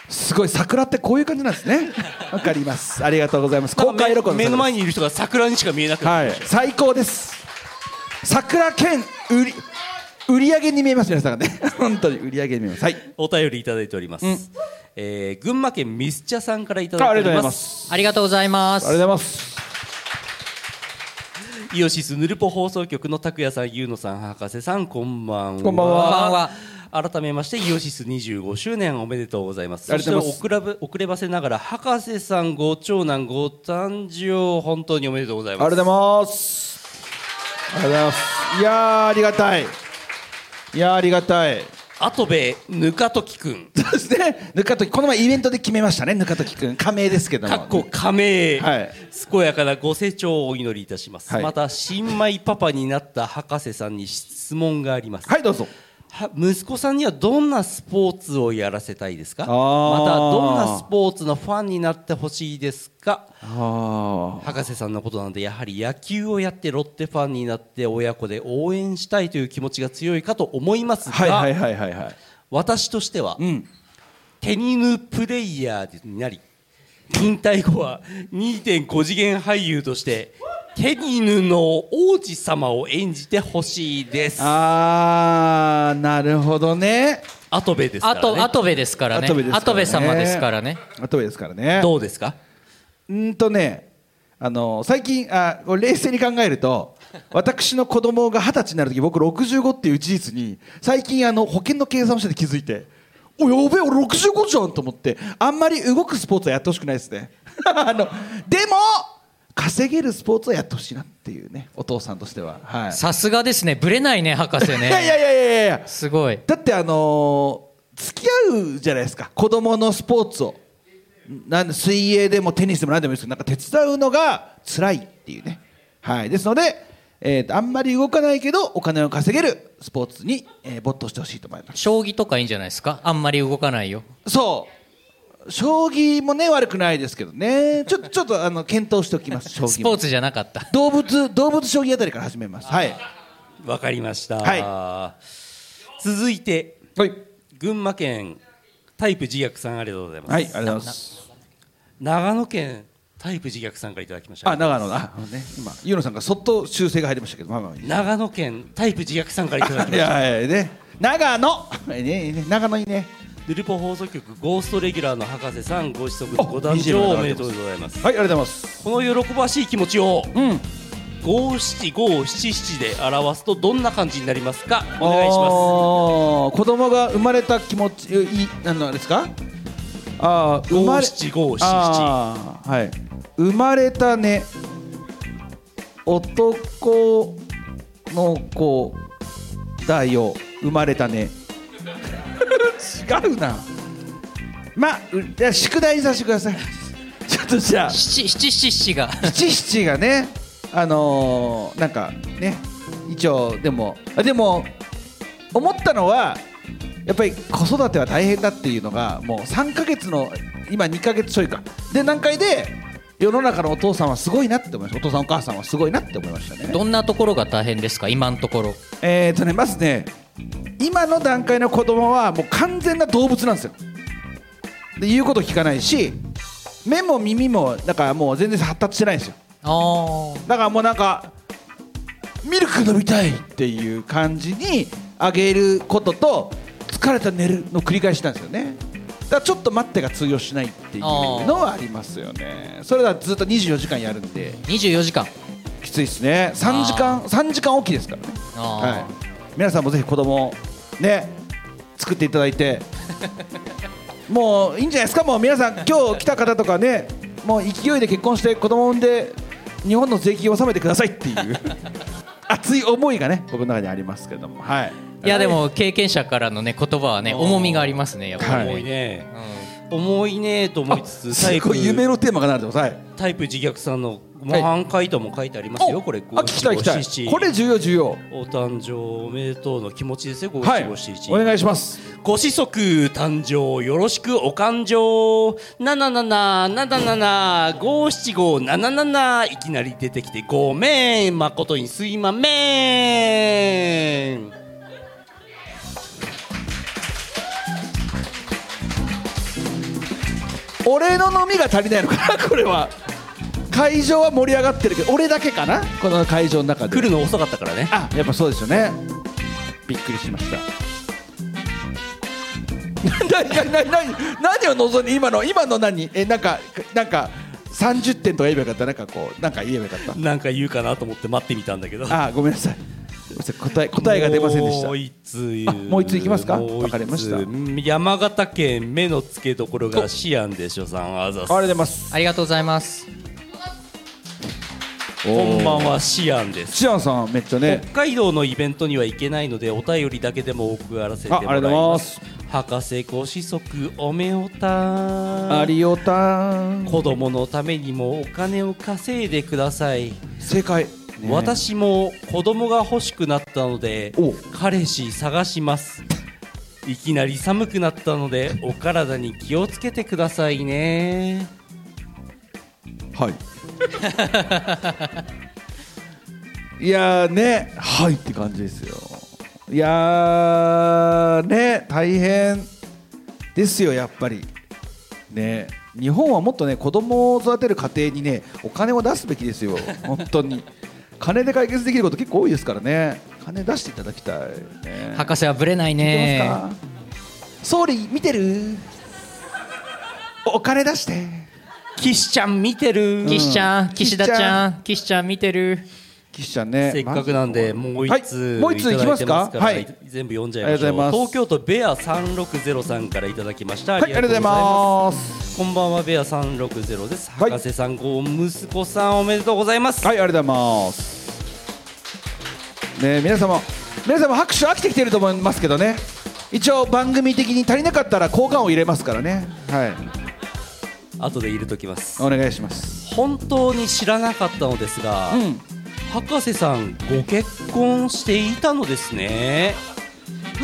[SPEAKER 7] すごい桜ってこういう感じなんですねわかりますありがとうございます公開録音
[SPEAKER 8] 目目の前
[SPEAKER 7] に
[SPEAKER 8] にいる人が桜にしか見えなくて、
[SPEAKER 7] はい最高です桜県売り売り上げに見えます皆さんがね 本当に売り上げに見えますはい
[SPEAKER 8] お便りいただいております、えー群馬県ミスチャさんからいた
[SPEAKER 7] あ
[SPEAKER 8] だ
[SPEAKER 7] あ
[SPEAKER 8] い
[SPEAKER 7] り
[SPEAKER 8] て
[SPEAKER 7] がとう
[SPEAKER 8] お
[SPEAKER 7] ござい
[SPEAKER 8] りま
[SPEAKER 7] ますす
[SPEAKER 1] ありがとうございま
[SPEAKER 7] あり
[SPEAKER 1] す。
[SPEAKER 7] がとうございます
[SPEAKER 8] イオシスヌルポ放送局の拓也さん、ゆうのさん、博士さん、こんばんは。
[SPEAKER 7] こんばんは
[SPEAKER 1] こんばんは
[SPEAKER 8] 改めまして、イオシス25周年おめでとうございます。
[SPEAKER 7] ありがとうございます
[SPEAKER 8] そして遅れば遅ればせながら、博士さん、ご長男、ご誕生、本当におめでとうございます。
[SPEAKER 7] ありがとうございます。ありがとうございます。いやー、ありがたい。いやー、ありがたい。
[SPEAKER 8] 後部ぬかときくん、
[SPEAKER 7] そうですね。ぬかとき、この前イベントで決めましたね。ぬかときくん、加盟ですけども。
[SPEAKER 8] かっこ加盟、
[SPEAKER 7] はい
[SPEAKER 8] 健やかなご成長をお祈りいたします。
[SPEAKER 7] はい
[SPEAKER 8] また、新米パパになった博士さんに質問があります。
[SPEAKER 7] はい、どうぞ。
[SPEAKER 8] は息子さんにはどんなスポーツをやらせたいですか
[SPEAKER 7] あ
[SPEAKER 8] ま
[SPEAKER 7] ー
[SPEAKER 8] たどんなスポーツのファンになってほしいですか
[SPEAKER 7] あ
[SPEAKER 8] 博士さんのことなのでやはり野球をやってロッテファンになって親子で応援したいという気持ちが強いかと思いますが、
[SPEAKER 7] はいはいはいはいはい。
[SPEAKER 8] 私としては、
[SPEAKER 7] うん。
[SPEAKER 8] テニヌプレイヤーになり引退後は2.5次元俳優としてテニヌの王子様を演じてほしいです
[SPEAKER 7] あー、なるほどね。
[SPEAKER 8] 後部ですか
[SPEAKER 1] あ
[SPEAKER 8] ら、ね、
[SPEAKER 1] と、あとべですからね。
[SPEAKER 7] 跡部ですからね
[SPEAKER 1] あとべ様ですからね。
[SPEAKER 7] あとですからね。
[SPEAKER 8] どうですか
[SPEAKER 7] うんとね、あの最近あ、これ冷静に考えると、私の子供が二十歳になるとき、僕65っていう事実に、最近あの、保険の計算をしてて気づいて、おやべえ、俺65じゃんと思って、あんまり動くスポーツはやってほしくないですね。 あのでも、稼げるスポーツはやってほしいなっていうね、お父さんとしては。はい、
[SPEAKER 1] さすがですね。ぶれないね、博士
[SPEAKER 7] いやいや
[SPEAKER 1] ね。
[SPEAKER 7] いやいやいや。
[SPEAKER 1] すごい。
[SPEAKER 7] だってあのー付き合うじゃないですか子供のスポーツをなんで水泳でもテニスでも何でもいいですけどなんか手伝うのが辛いっていうね、はい、ですので、えーとあんまり動かないけどお金を稼げるスポーツに、えー没頭してほしいと思います
[SPEAKER 1] 将棋とかいいんじゃないですかあんまり動かないよ。
[SPEAKER 7] そう将棋もね悪くないですけどねちょっ とちょっとあの検討しておきます将
[SPEAKER 1] ス
[SPEAKER 7] 棋
[SPEAKER 1] ポー
[SPEAKER 7] も
[SPEAKER 1] ツじゃなかった。
[SPEAKER 7] 動物動物将棋あたりから始めますはい
[SPEAKER 8] わかりました、
[SPEAKER 7] は
[SPEAKER 8] 続いて
[SPEAKER 7] はい、
[SPEAKER 8] 群馬県タイプ自虐さんありがとうございます、
[SPEAKER 7] はい、ありがとうございます
[SPEAKER 8] 長野県タイプ自虐さんからいただきました
[SPEAKER 7] あ長野だあのね今ユーノさんからそっと修正が入りましたけどまあまあいい
[SPEAKER 8] 長野県タイプ自虐さんからいただきま
[SPEAKER 7] い
[SPEAKER 8] した
[SPEAKER 7] やいやね長野いいねいいね長野いいね
[SPEAKER 8] ヌルポ放送局ゴーストレギュラーの博士さんご子息
[SPEAKER 7] あ
[SPEAKER 8] ご誕生おめでとうございます
[SPEAKER 7] はいありがとうございます
[SPEAKER 8] この喜ばしい気持ちを
[SPEAKER 7] うん
[SPEAKER 8] 五七五七七で表すとどんな感じになりますかお願いしま
[SPEAKER 7] お願いします子供が生まれた気持ちいいあのあれですかあー
[SPEAKER 8] す
[SPEAKER 7] 生ま
[SPEAKER 8] 五
[SPEAKER 7] れ
[SPEAKER 8] 七五七七
[SPEAKER 7] あーはい生まれたね男の子だよ生まれたね違うなまあうじゃあ宿題にさせてくださいちょっとじゃあ
[SPEAKER 1] 七七七七が。
[SPEAKER 7] 七七がね、あのーなんかね、一応でも、あでも思ったのは、やっぱり子育ては大変だっていうのが、もう3ヶ月の、今2ヶ月ちょいか、で、段階で、世の中のお父さんはすごいなって思いました、お父さん、お母さんはすごいなって思いましたね。
[SPEAKER 1] どんなところが大変ですか今のところ。
[SPEAKER 7] えーとね、まずね、今の段階の子供はもう完全な動物なんですよ。で言うこと聞かないし、目も耳も、だからもう全然発達してないんですよ。
[SPEAKER 1] あ
[SPEAKER 7] だからもうなんかミルク飲みたいっていう感じにあげることと疲れた寝るの繰り返しなんですよねだからちょっと待ってが通用しないっていうのはありますよねそれはずっと24時間やるんで
[SPEAKER 1] あ。24時間。
[SPEAKER 7] きついですね3時間3時間おきですからね、は
[SPEAKER 1] あ
[SPEAKER 7] い、皆さんもぜひ子供をね作っていただいてもういいんじゃないですかもう皆さん今日来た方とかねもう勢いで結婚して子供産んで日本の税金を納めてくださいっていう熱い思いがね僕の中にありますけどもはい
[SPEAKER 1] あ。いやでも経験者からのね言葉はね重みがありますねやっぱり
[SPEAKER 8] 重
[SPEAKER 1] ね
[SPEAKER 8] いね重いねと思いつつタ
[SPEAKER 7] す
[SPEAKER 8] イプ
[SPEAKER 7] ごい夢のテーマがなるでください
[SPEAKER 8] タイプ自虐さんの模
[SPEAKER 7] はい
[SPEAKER 8] 範回答も書いてありますよこれ
[SPEAKER 7] あ聞きたい聞きた
[SPEAKER 8] 57577
[SPEAKER 7] いこれ重要重要
[SPEAKER 8] お誕生おめでとうの気持ちですよ五
[SPEAKER 7] は
[SPEAKER 8] 七
[SPEAKER 7] い
[SPEAKER 8] 五七一
[SPEAKER 7] お願いします
[SPEAKER 8] ご子息誕生よろしくお勘定なななななななな五七五七七いきなり出てきてごめん誠にすいまめん
[SPEAKER 7] 俺の飲みが足りないのかなこれは会場は盛り上がってるけど俺だけかなこの会場の中で
[SPEAKER 8] 来るの遅かったからね
[SPEAKER 7] あやっぱそうですよね
[SPEAKER 9] びっくりしました
[SPEAKER 7] 何何何何何を望んで今の今の何えなんかなんか三十点とか言えばよかったなんかこうなんか言えばよかった
[SPEAKER 8] なんか言うかなと思って待ってみたんだけど
[SPEAKER 7] あーごめんなさいごめんなさい答え答えが出ませんでした
[SPEAKER 8] もう一通
[SPEAKER 7] あもう一通いきますか
[SPEAKER 8] もう一通
[SPEAKER 7] わかりました
[SPEAKER 8] うん山形県目の付けどころがシアンで所さんあざす
[SPEAKER 7] ありがとうございます
[SPEAKER 4] ありがとうございます
[SPEAKER 8] こんばんはシアンです
[SPEAKER 7] シアンさんめっちゃね
[SPEAKER 8] 北海道のイベントには行けないのでお便りだけでも送らせてもらい
[SPEAKER 7] あありがとうござい
[SPEAKER 8] ま
[SPEAKER 7] ますす
[SPEAKER 8] 博士ご子息おめおた
[SPEAKER 7] ありおたん
[SPEAKER 8] 子供のためにもお金を稼いでください、
[SPEAKER 7] 正解、ね
[SPEAKER 8] 私も子供が欲しくなったので
[SPEAKER 7] お
[SPEAKER 8] 彼氏探しますいきなり寒くなったのでお体に気をつけてくださいね
[SPEAKER 7] はいいやーねはいって感じですよいやーね大変ですよやっぱりね日本はもっとね子供を育てる家庭にねお金を出すべきです よ本当に金で解決できること結構多いですからね金出していただきたいね
[SPEAKER 4] 博士はブレない
[SPEAKER 7] 見て
[SPEAKER 4] ね
[SPEAKER 7] ますか総理見てるお金出して
[SPEAKER 8] 岸ちゃん見てる
[SPEAKER 7] うん
[SPEAKER 4] 岸ちゃん岸田ち
[SPEAKER 7] 岸ち
[SPEAKER 4] ゃ
[SPEAKER 7] ゃ
[SPEAKER 4] ん岸ちゃん見てる
[SPEAKER 7] 岸ちゃんね
[SPEAKER 8] せっかくなんでもう
[SPEAKER 7] はい
[SPEAKER 8] 一通
[SPEAKER 7] もう一通いきますか
[SPEAKER 8] ただてら
[SPEAKER 7] はい
[SPEAKER 8] 全部読んじゃいま
[SPEAKER 7] あり
[SPEAKER 8] しょう
[SPEAKER 7] がとうございま
[SPEAKER 8] 東
[SPEAKER 7] す
[SPEAKER 8] 京都ベア360さんからいただきました、
[SPEAKER 7] はい、ありがとうございます。
[SPEAKER 8] こんばんはベア360です
[SPEAKER 7] はい
[SPEAKER 8] 博士さんご息子さんおめでとうございます、
[SPEAKER 7] はい、ありがとうございます。ねえ、皆様、皆様拍手飽きてきてると思いますけどね。一応番組的に足りなかったら交換を入れますからね。はい、
[SPEAKER 8] 後で入れときます
[SPEAKER 7] お願いします。
[SPEAKER 8] 本当に知らなかったのですが、
[SPEAKER 7] うん、
[SPEAKER 8] 博士さんご結婚していたのですね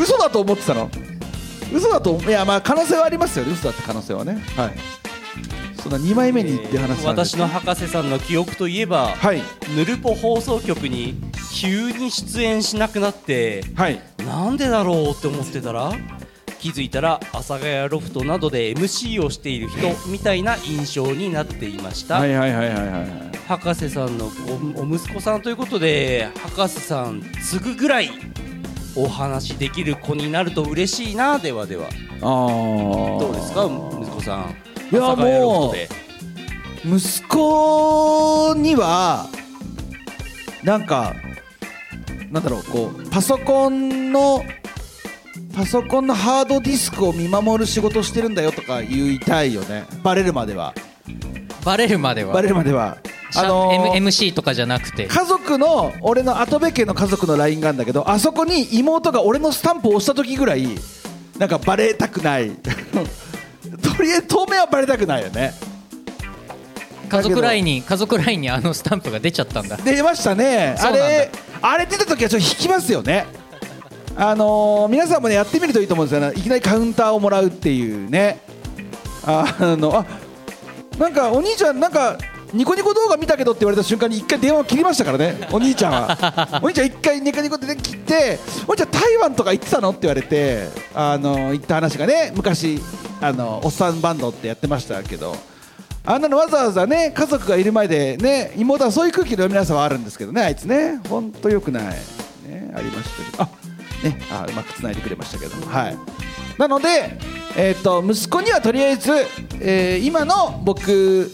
[SPEAKER 7] 嘘だと思ってたの。嘘だと、いや、まあ可能性はありますよね。嘘だって可能性はね。はい。そんな二枚目に言って話す
[SPEAKER 8] えー
[SPEAKER 7] なんて
[SPEAKER 8] 私の博士さんの記憶といえば、
[SPEAKER 7] はい、
[SPEAKER 8] ヌルポ放送局に急に出演しなくなって
[SPEAKER 7] はい、
[SPEAKER 8] なんでだろうって思ってたら気づいたら阿佐ヶ谷ロフトなどで MC をしている人みたいな印象になっていました、
[SPEAKER 7] はい、はい、はい、はい、はい。
[SPEAKER 8] 博士さんのおお息子さんということで博士さん継ぐぐらいお話できる子になると嬉しいなではで
[SPEAKER 7] あ
[SPEAKER 8] は
[SPEAKER 7] あ。
[SPEAKER 8] どうですか息子さん
[SPEAKER 7] いや
[SPEAKER 8] 阿佐ヶ谷ロフトで
[SPEAKER 7] 息子にはなんかなんだろうこうパソコンのパソコンのハードディスクを見守る仕事してるんだよとか言いたいよねバレるまでは
[SPEAKER 4] バレるまでは
[SPEAKER 7] バレるまではあ
[SPEAKER 4] あ
[SPEAKER 7] の
[SPEAKER 4] の
[SPEAKER 7] ー
[SPEAKER 4] MC とかじゃなくて
[SPEAKER 7] 家族の俺の後部家の家族の LINE があるんだけどあそこに妹が俺のスタンプを押した時ぐらいなんかバレたくない とりあえず当面はバレたくないよね
[SPEAKER 4] 家族ラインに家族ラインにあのスタンプが出ちゃったんだ
[SPEAKER 7] 出ましたね
[SPEAKER 4] そう
[SPEAKER 7] あ
[SPEAKER 4] なんだ
[SPEAKER 7] れあれ出た時はちょっと引きますよねあのー皆さんもねやってみるといいと思うんですよねいきなりカウンターをもらうっていうねああのあなんかお兄ちゃんなんかニコニコ動画見たけどって言われた瞬間に一回電話を切りましたからねお兄ちゃんはお兄ちゃん一回ニコニコで切ってお兄ちゃん台湾とか行ってたのって言われてあの行った話がね昔あのおっさんバンドってやってましたけどあんなのわざわざね家族がいる前でね妹はそういう空気の皆さんはあるんですけどねあいつね本当良くないねありましたけどあねあうまくつないでくれましたけどもはいなのでえっ、と息子にはとりあえず、えー今の僕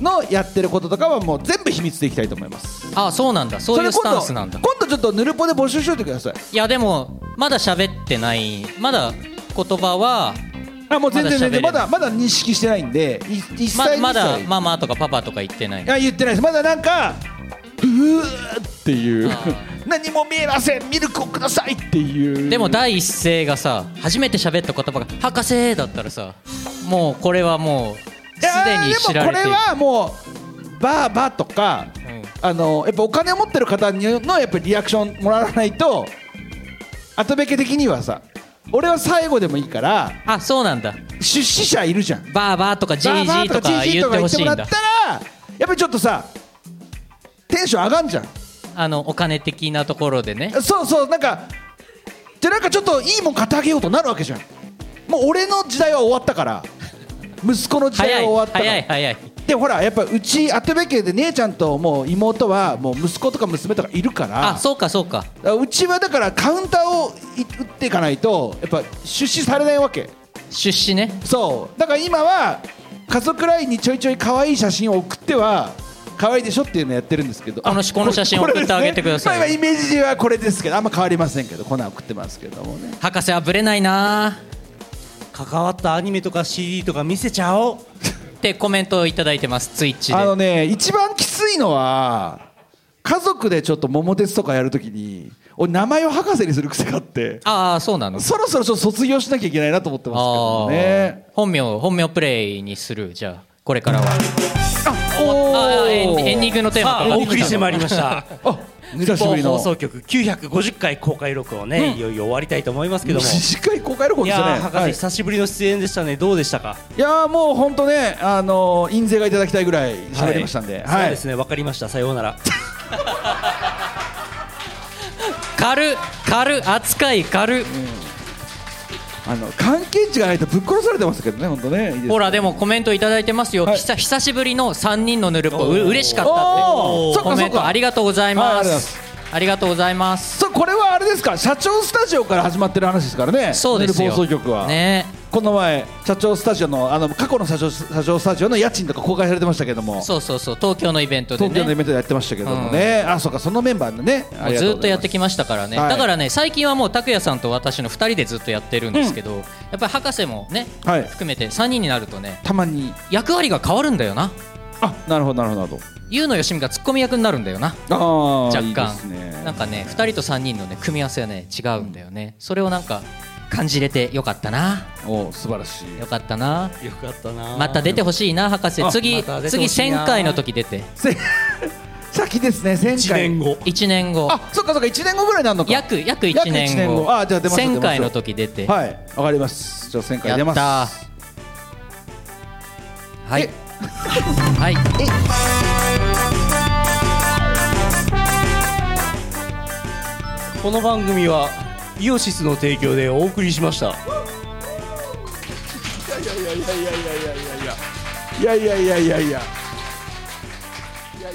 [SPEAKER 7] のやってることとかはもう全部秘密でいきたいと思います
[SPEAKER 4] あそうなんだそういうス
[SPEAKER 7] 今
[SPEAKER 4] タン
[SPEAKER 7] 度
[SPEAKER 4] スなんだ
[SPEAKER 7] 今度ちょっとぬるぽで募集しといてください
[SPEAKER 4] いやでもまだ喋ってないまだ言葉は
[SPEAKER 7] あもう全然全然
[SPEAKER 4] ま
[SPEAKER 7] ま
[SPEAKER 4] だ
[SPEAKER 7] だまだ認識してないんでい一切
[SPEAKER 4] まま
[SPEAKER 7] 一
[SPEAKER 4] だ
[SPEAKER 7] 切
[SPEAKER 4] ママとかパパとか言ってない
[SPEAKER 7] いや言ってないですまだなんかうーっていう
[SPEAKER 4] あー
[SPEAKER 7] 何も見えませんミルクをくださいっていう
[SPEAKER 4] でも第一声がさ初めて喋った言葉が「博士!」だったらさもうこれはもうす
[SPEAKER 7] いや
[SPEAKER 4] で
[SPEAKER 7] ー
[SPEAKER 4] に知られてい
[SPEAKER 7] で
[SPEAKER 4] る
[SPEAKER 7] もこれはもうバーバーとか、あのやっぱお金を持ってる方にのやっぱりリアクションもらわないと後べけ的にはさ俺は最後でもいいから
[SPEAKER 4] あそうなんだ
[SPEAKER 7] 出資者いるじゃん
[SPEAKER 4] バーバーとかジ
[SPEAKER 7] バ
[SPEAKER 4] ー
[SPEAKER 7] ー
[SPEAKER 4] ジ
[SPEAKER 7] バ
[SPEAKER 4] ー
[SPEAKER 7] ー
[SPEAKER 4] とか
[SPEAKER 7] ジジ
[SPEAKER 4] 言
[SPEAKER 7] イ
[SPEAKER 4] ってほ
[SPEAKER 7] 言って
[SPEAKER 4] しい
[SPEAKER 7] も
[SPEAKER 4] ん
[SPEAKER 7] ら
[SPEAKER 4] だ
[SPEAKER 7] ったらやっぱりちょっとさテンション上がんじゃん
[SPEAKER 4] あのお金的なところでね
[SPEAKER 7] そうそうなんかでなんかちょっといいもん買ってあげようとなるわけじゃんもう俺の時代は終わったから息子の時
[SPEAKER 4] 早
[SPEAKER 7] 代
[SPEAKER 4] い
[SPEAKER 7] は終わったから
[SPEAKER 4] 早い早い
[SPEAKER 7] でもほらやっぱうち後部家で姉ちゃんともう妹はもう息子とか娘とかいるから
[SPEAKER 4] あそうかそうか
[SPEAKER 7] うちはだからカウンターをい打っていかないとやっぱ出資されないわけ
[SPEAKER 1] 出資ね
[SPEAKER 7] そうだから今は家族 LINE にちょいちょい可愛い写真を送っては可愛いでしょっていうのやってるんですけどあ
[SPEAKER 1] このこの写真
[SPEAKER 7] これ
[SPEAKER 1] 送ってあげてください
[SPEAKER 7] ですねまあ、今イメージはこれですけどあんま変わりませんけどこんなん送ってますけどもね
[SPEAKER 1] 博士はブレないな
[SPEAKER 8] 関わったアニメとか CD とか見せちゃおう
[SPEAKER 1] ってコメントをいただいてますツイッチで
[SPEAKER 7] あのね一番きついのは家族でちょっと桃鉄とかやるときに俺名前を博士にする癖があって
[SPEAKER 1] ああそうなの
[SPEAKER 7] そろそろちょっと卒業しなきゃいけないなと思ってますけどね
[SPEAKER 1] あー本名本名プレイにするじゃあこれからはあ
[SPEAKER 7] お
[SPEAKER 1] ーエンエンディングのテーマ
[SPEAKER 8] さ
[SPEAKER 1] と
[SPEAKER 8] あ
[SPEAKER 1] か
[SPEAKER 8] お送りしてまいりま した
[SPEAKER 7] あ久しぶり
[SPEAKER 8] 日
[SPEAKER 7] の
[SPEAKER 8] 本放送局950回公開録をね、いよいよ終わりたいと思いますけども
[SPEAKER 7] 短い公開録音
[SPEAKER 8] い
[SPEAKER 7] でした
[SPEAKER 8] や
[SPEAKER 7] ね
[SPEAKER 8] ー博士、
[SPEAKER 7] はい
[SPEAKER 8] 久しぶりの出演でしたねどうでしたか、
[SPEAKER 7] いやーもう本当ね、あのー、印税がいただきたいぐらい喋りましたんで、
[SPEAKER 8] そう
[SPEAKER 7] はい
[SPEAKER 8] ですねわかりましたさよう なら
[SPEAKER 1] 軽軽扱い軽
[SPEAKER 7] あの関係値がないとぶっ殺されてますけどね、本当ね、いいですね
[SPEAKER 1] ほらでもコメントいただいてますよ、
[SPEAKER 7] はい
[SPEAKER 1] 久久しぶりの3人のヌルポう嬉しかったっ
[SPEAKER 7] おー
[SPEAKER 1] て
[SPEAKER 7] そっかそっか
[SPEAKER 1] コメントありがとうござい
[SPEAKER 7] はい
[SPEAKER 1] ま
[SPEAKER 7] ありがとうございますす
[SPEAKER 1] ありがとうございます
[SPEAKER 7] そうこれはあれですか、社長スタジオから始まってる話ですからね、
[SPEAKER 1] そうです
[SPEAKER 7] メル
[SPEAKER 1] よ
[SPEAKER 7] 放送局は、
[SPEAKER 1] ね
[SPEAKER 7] この前、社長スタジオの、あの過去の社長社長スタジオの家賃とか公開されてましたけども、
[SPEAKER 1] そうそうそう東京のイベントで
[SPEAKER 7] 東京のイ
[SPEAKER 1] ね
[SPEAKER 7] ベントでやってましたけどもね、あそうか、そのメンバーのね、あ
[SPEAKER 1] もう
[SPEAKER 7] りが
[SPEAKER 1] ず
[SPEAKER 7] う
[SPEAKER 1] っ
[SPEAKER 7] ご
[SPEAKER 1] と
[SPEAKER 7] ざい
[SPEAKER 1] や
[SPEAKER 7] ま
[SPEAKER 1] っ
[SPEAKER 7] す
[SPEAKER 1] てきましたからね、
[SPEAKER 7] はい
[SPEAKER 1] だからね最近はもう拓也さんと私の2人でずっとやってるんですけど、やっぱり博士もね、
[SPEAKER 7] はい
[SPEAKER 1] 含めて3人になるとね
[SPEAKER 7] たまに、
[SPEAKER 1] 役割が変わるんだよな
[SPEAKER 7] あなるほど、なるほどなるほ
[SPEAKER 1] 優のよしみがツッコミ役になるんだよな
[SPEAKER 7] ど、あ
[SPEAKER 1] 若
[SPEAKER 7] ー
[SPEAKER 1] 干
[SPEAKER 7] いいですね、
[SPEAKER 1] なんかね2人と3人のね組み合わせはね違うんだよねそれをなんか感じれてよかったな
[SPEAKER 7] お素晴らしい。
[SPEAKER 1] よかったな
[SPEAKER 8] よかったな
[SPEAKER 1] また出てほしいな博士
[SPEAKER 7] あ
[SPEAKER 1] 次、
[SPEAKER 8] また出て
[SPEAKER 1] 次
[SPEAKER 8] ほしいな
[SPEAKER 1] 1000回の時出て
[SPEAKER 7] せ 先ですね、前
[SPEAKER 8] 1
[SPEAKER 7] 回
[SPEAKER 8] 年。後
[SPEAKER 1] 1年後
[SPEAKER 7] あ、そっかそっか、一年後ぐらいになるのか。
[SPEAKER 1] 約約1
[SPEAKER 7] 約一
[SPEAKER 1] 年
[SPEAKER 7] 年
[SPEAKER 1] 後
[SPEAKER 7] 後あじゃあ出ますよ
[SPEAKER 1] 1000回
[SPEAKER 7] 出ますよ
[SPEAKER 1] の時出て、
[SPEAKER 7] はい、わかります。じゃあ1000回出
[SPEAKER 1] や
[SPEAKER 7] ま
[SPEAKER 1] っ
[SPEAKER 7] す。
[SPEAKER 1] たはい
[SPEAKER 7] え
[SPEAKER 1] はい
[SPEAKER 8] この番組はイオシスの提供でお送りしました
[SPEAKER 7] いやいやいやいやいやいやいやいやいやいやいやいやいやいや。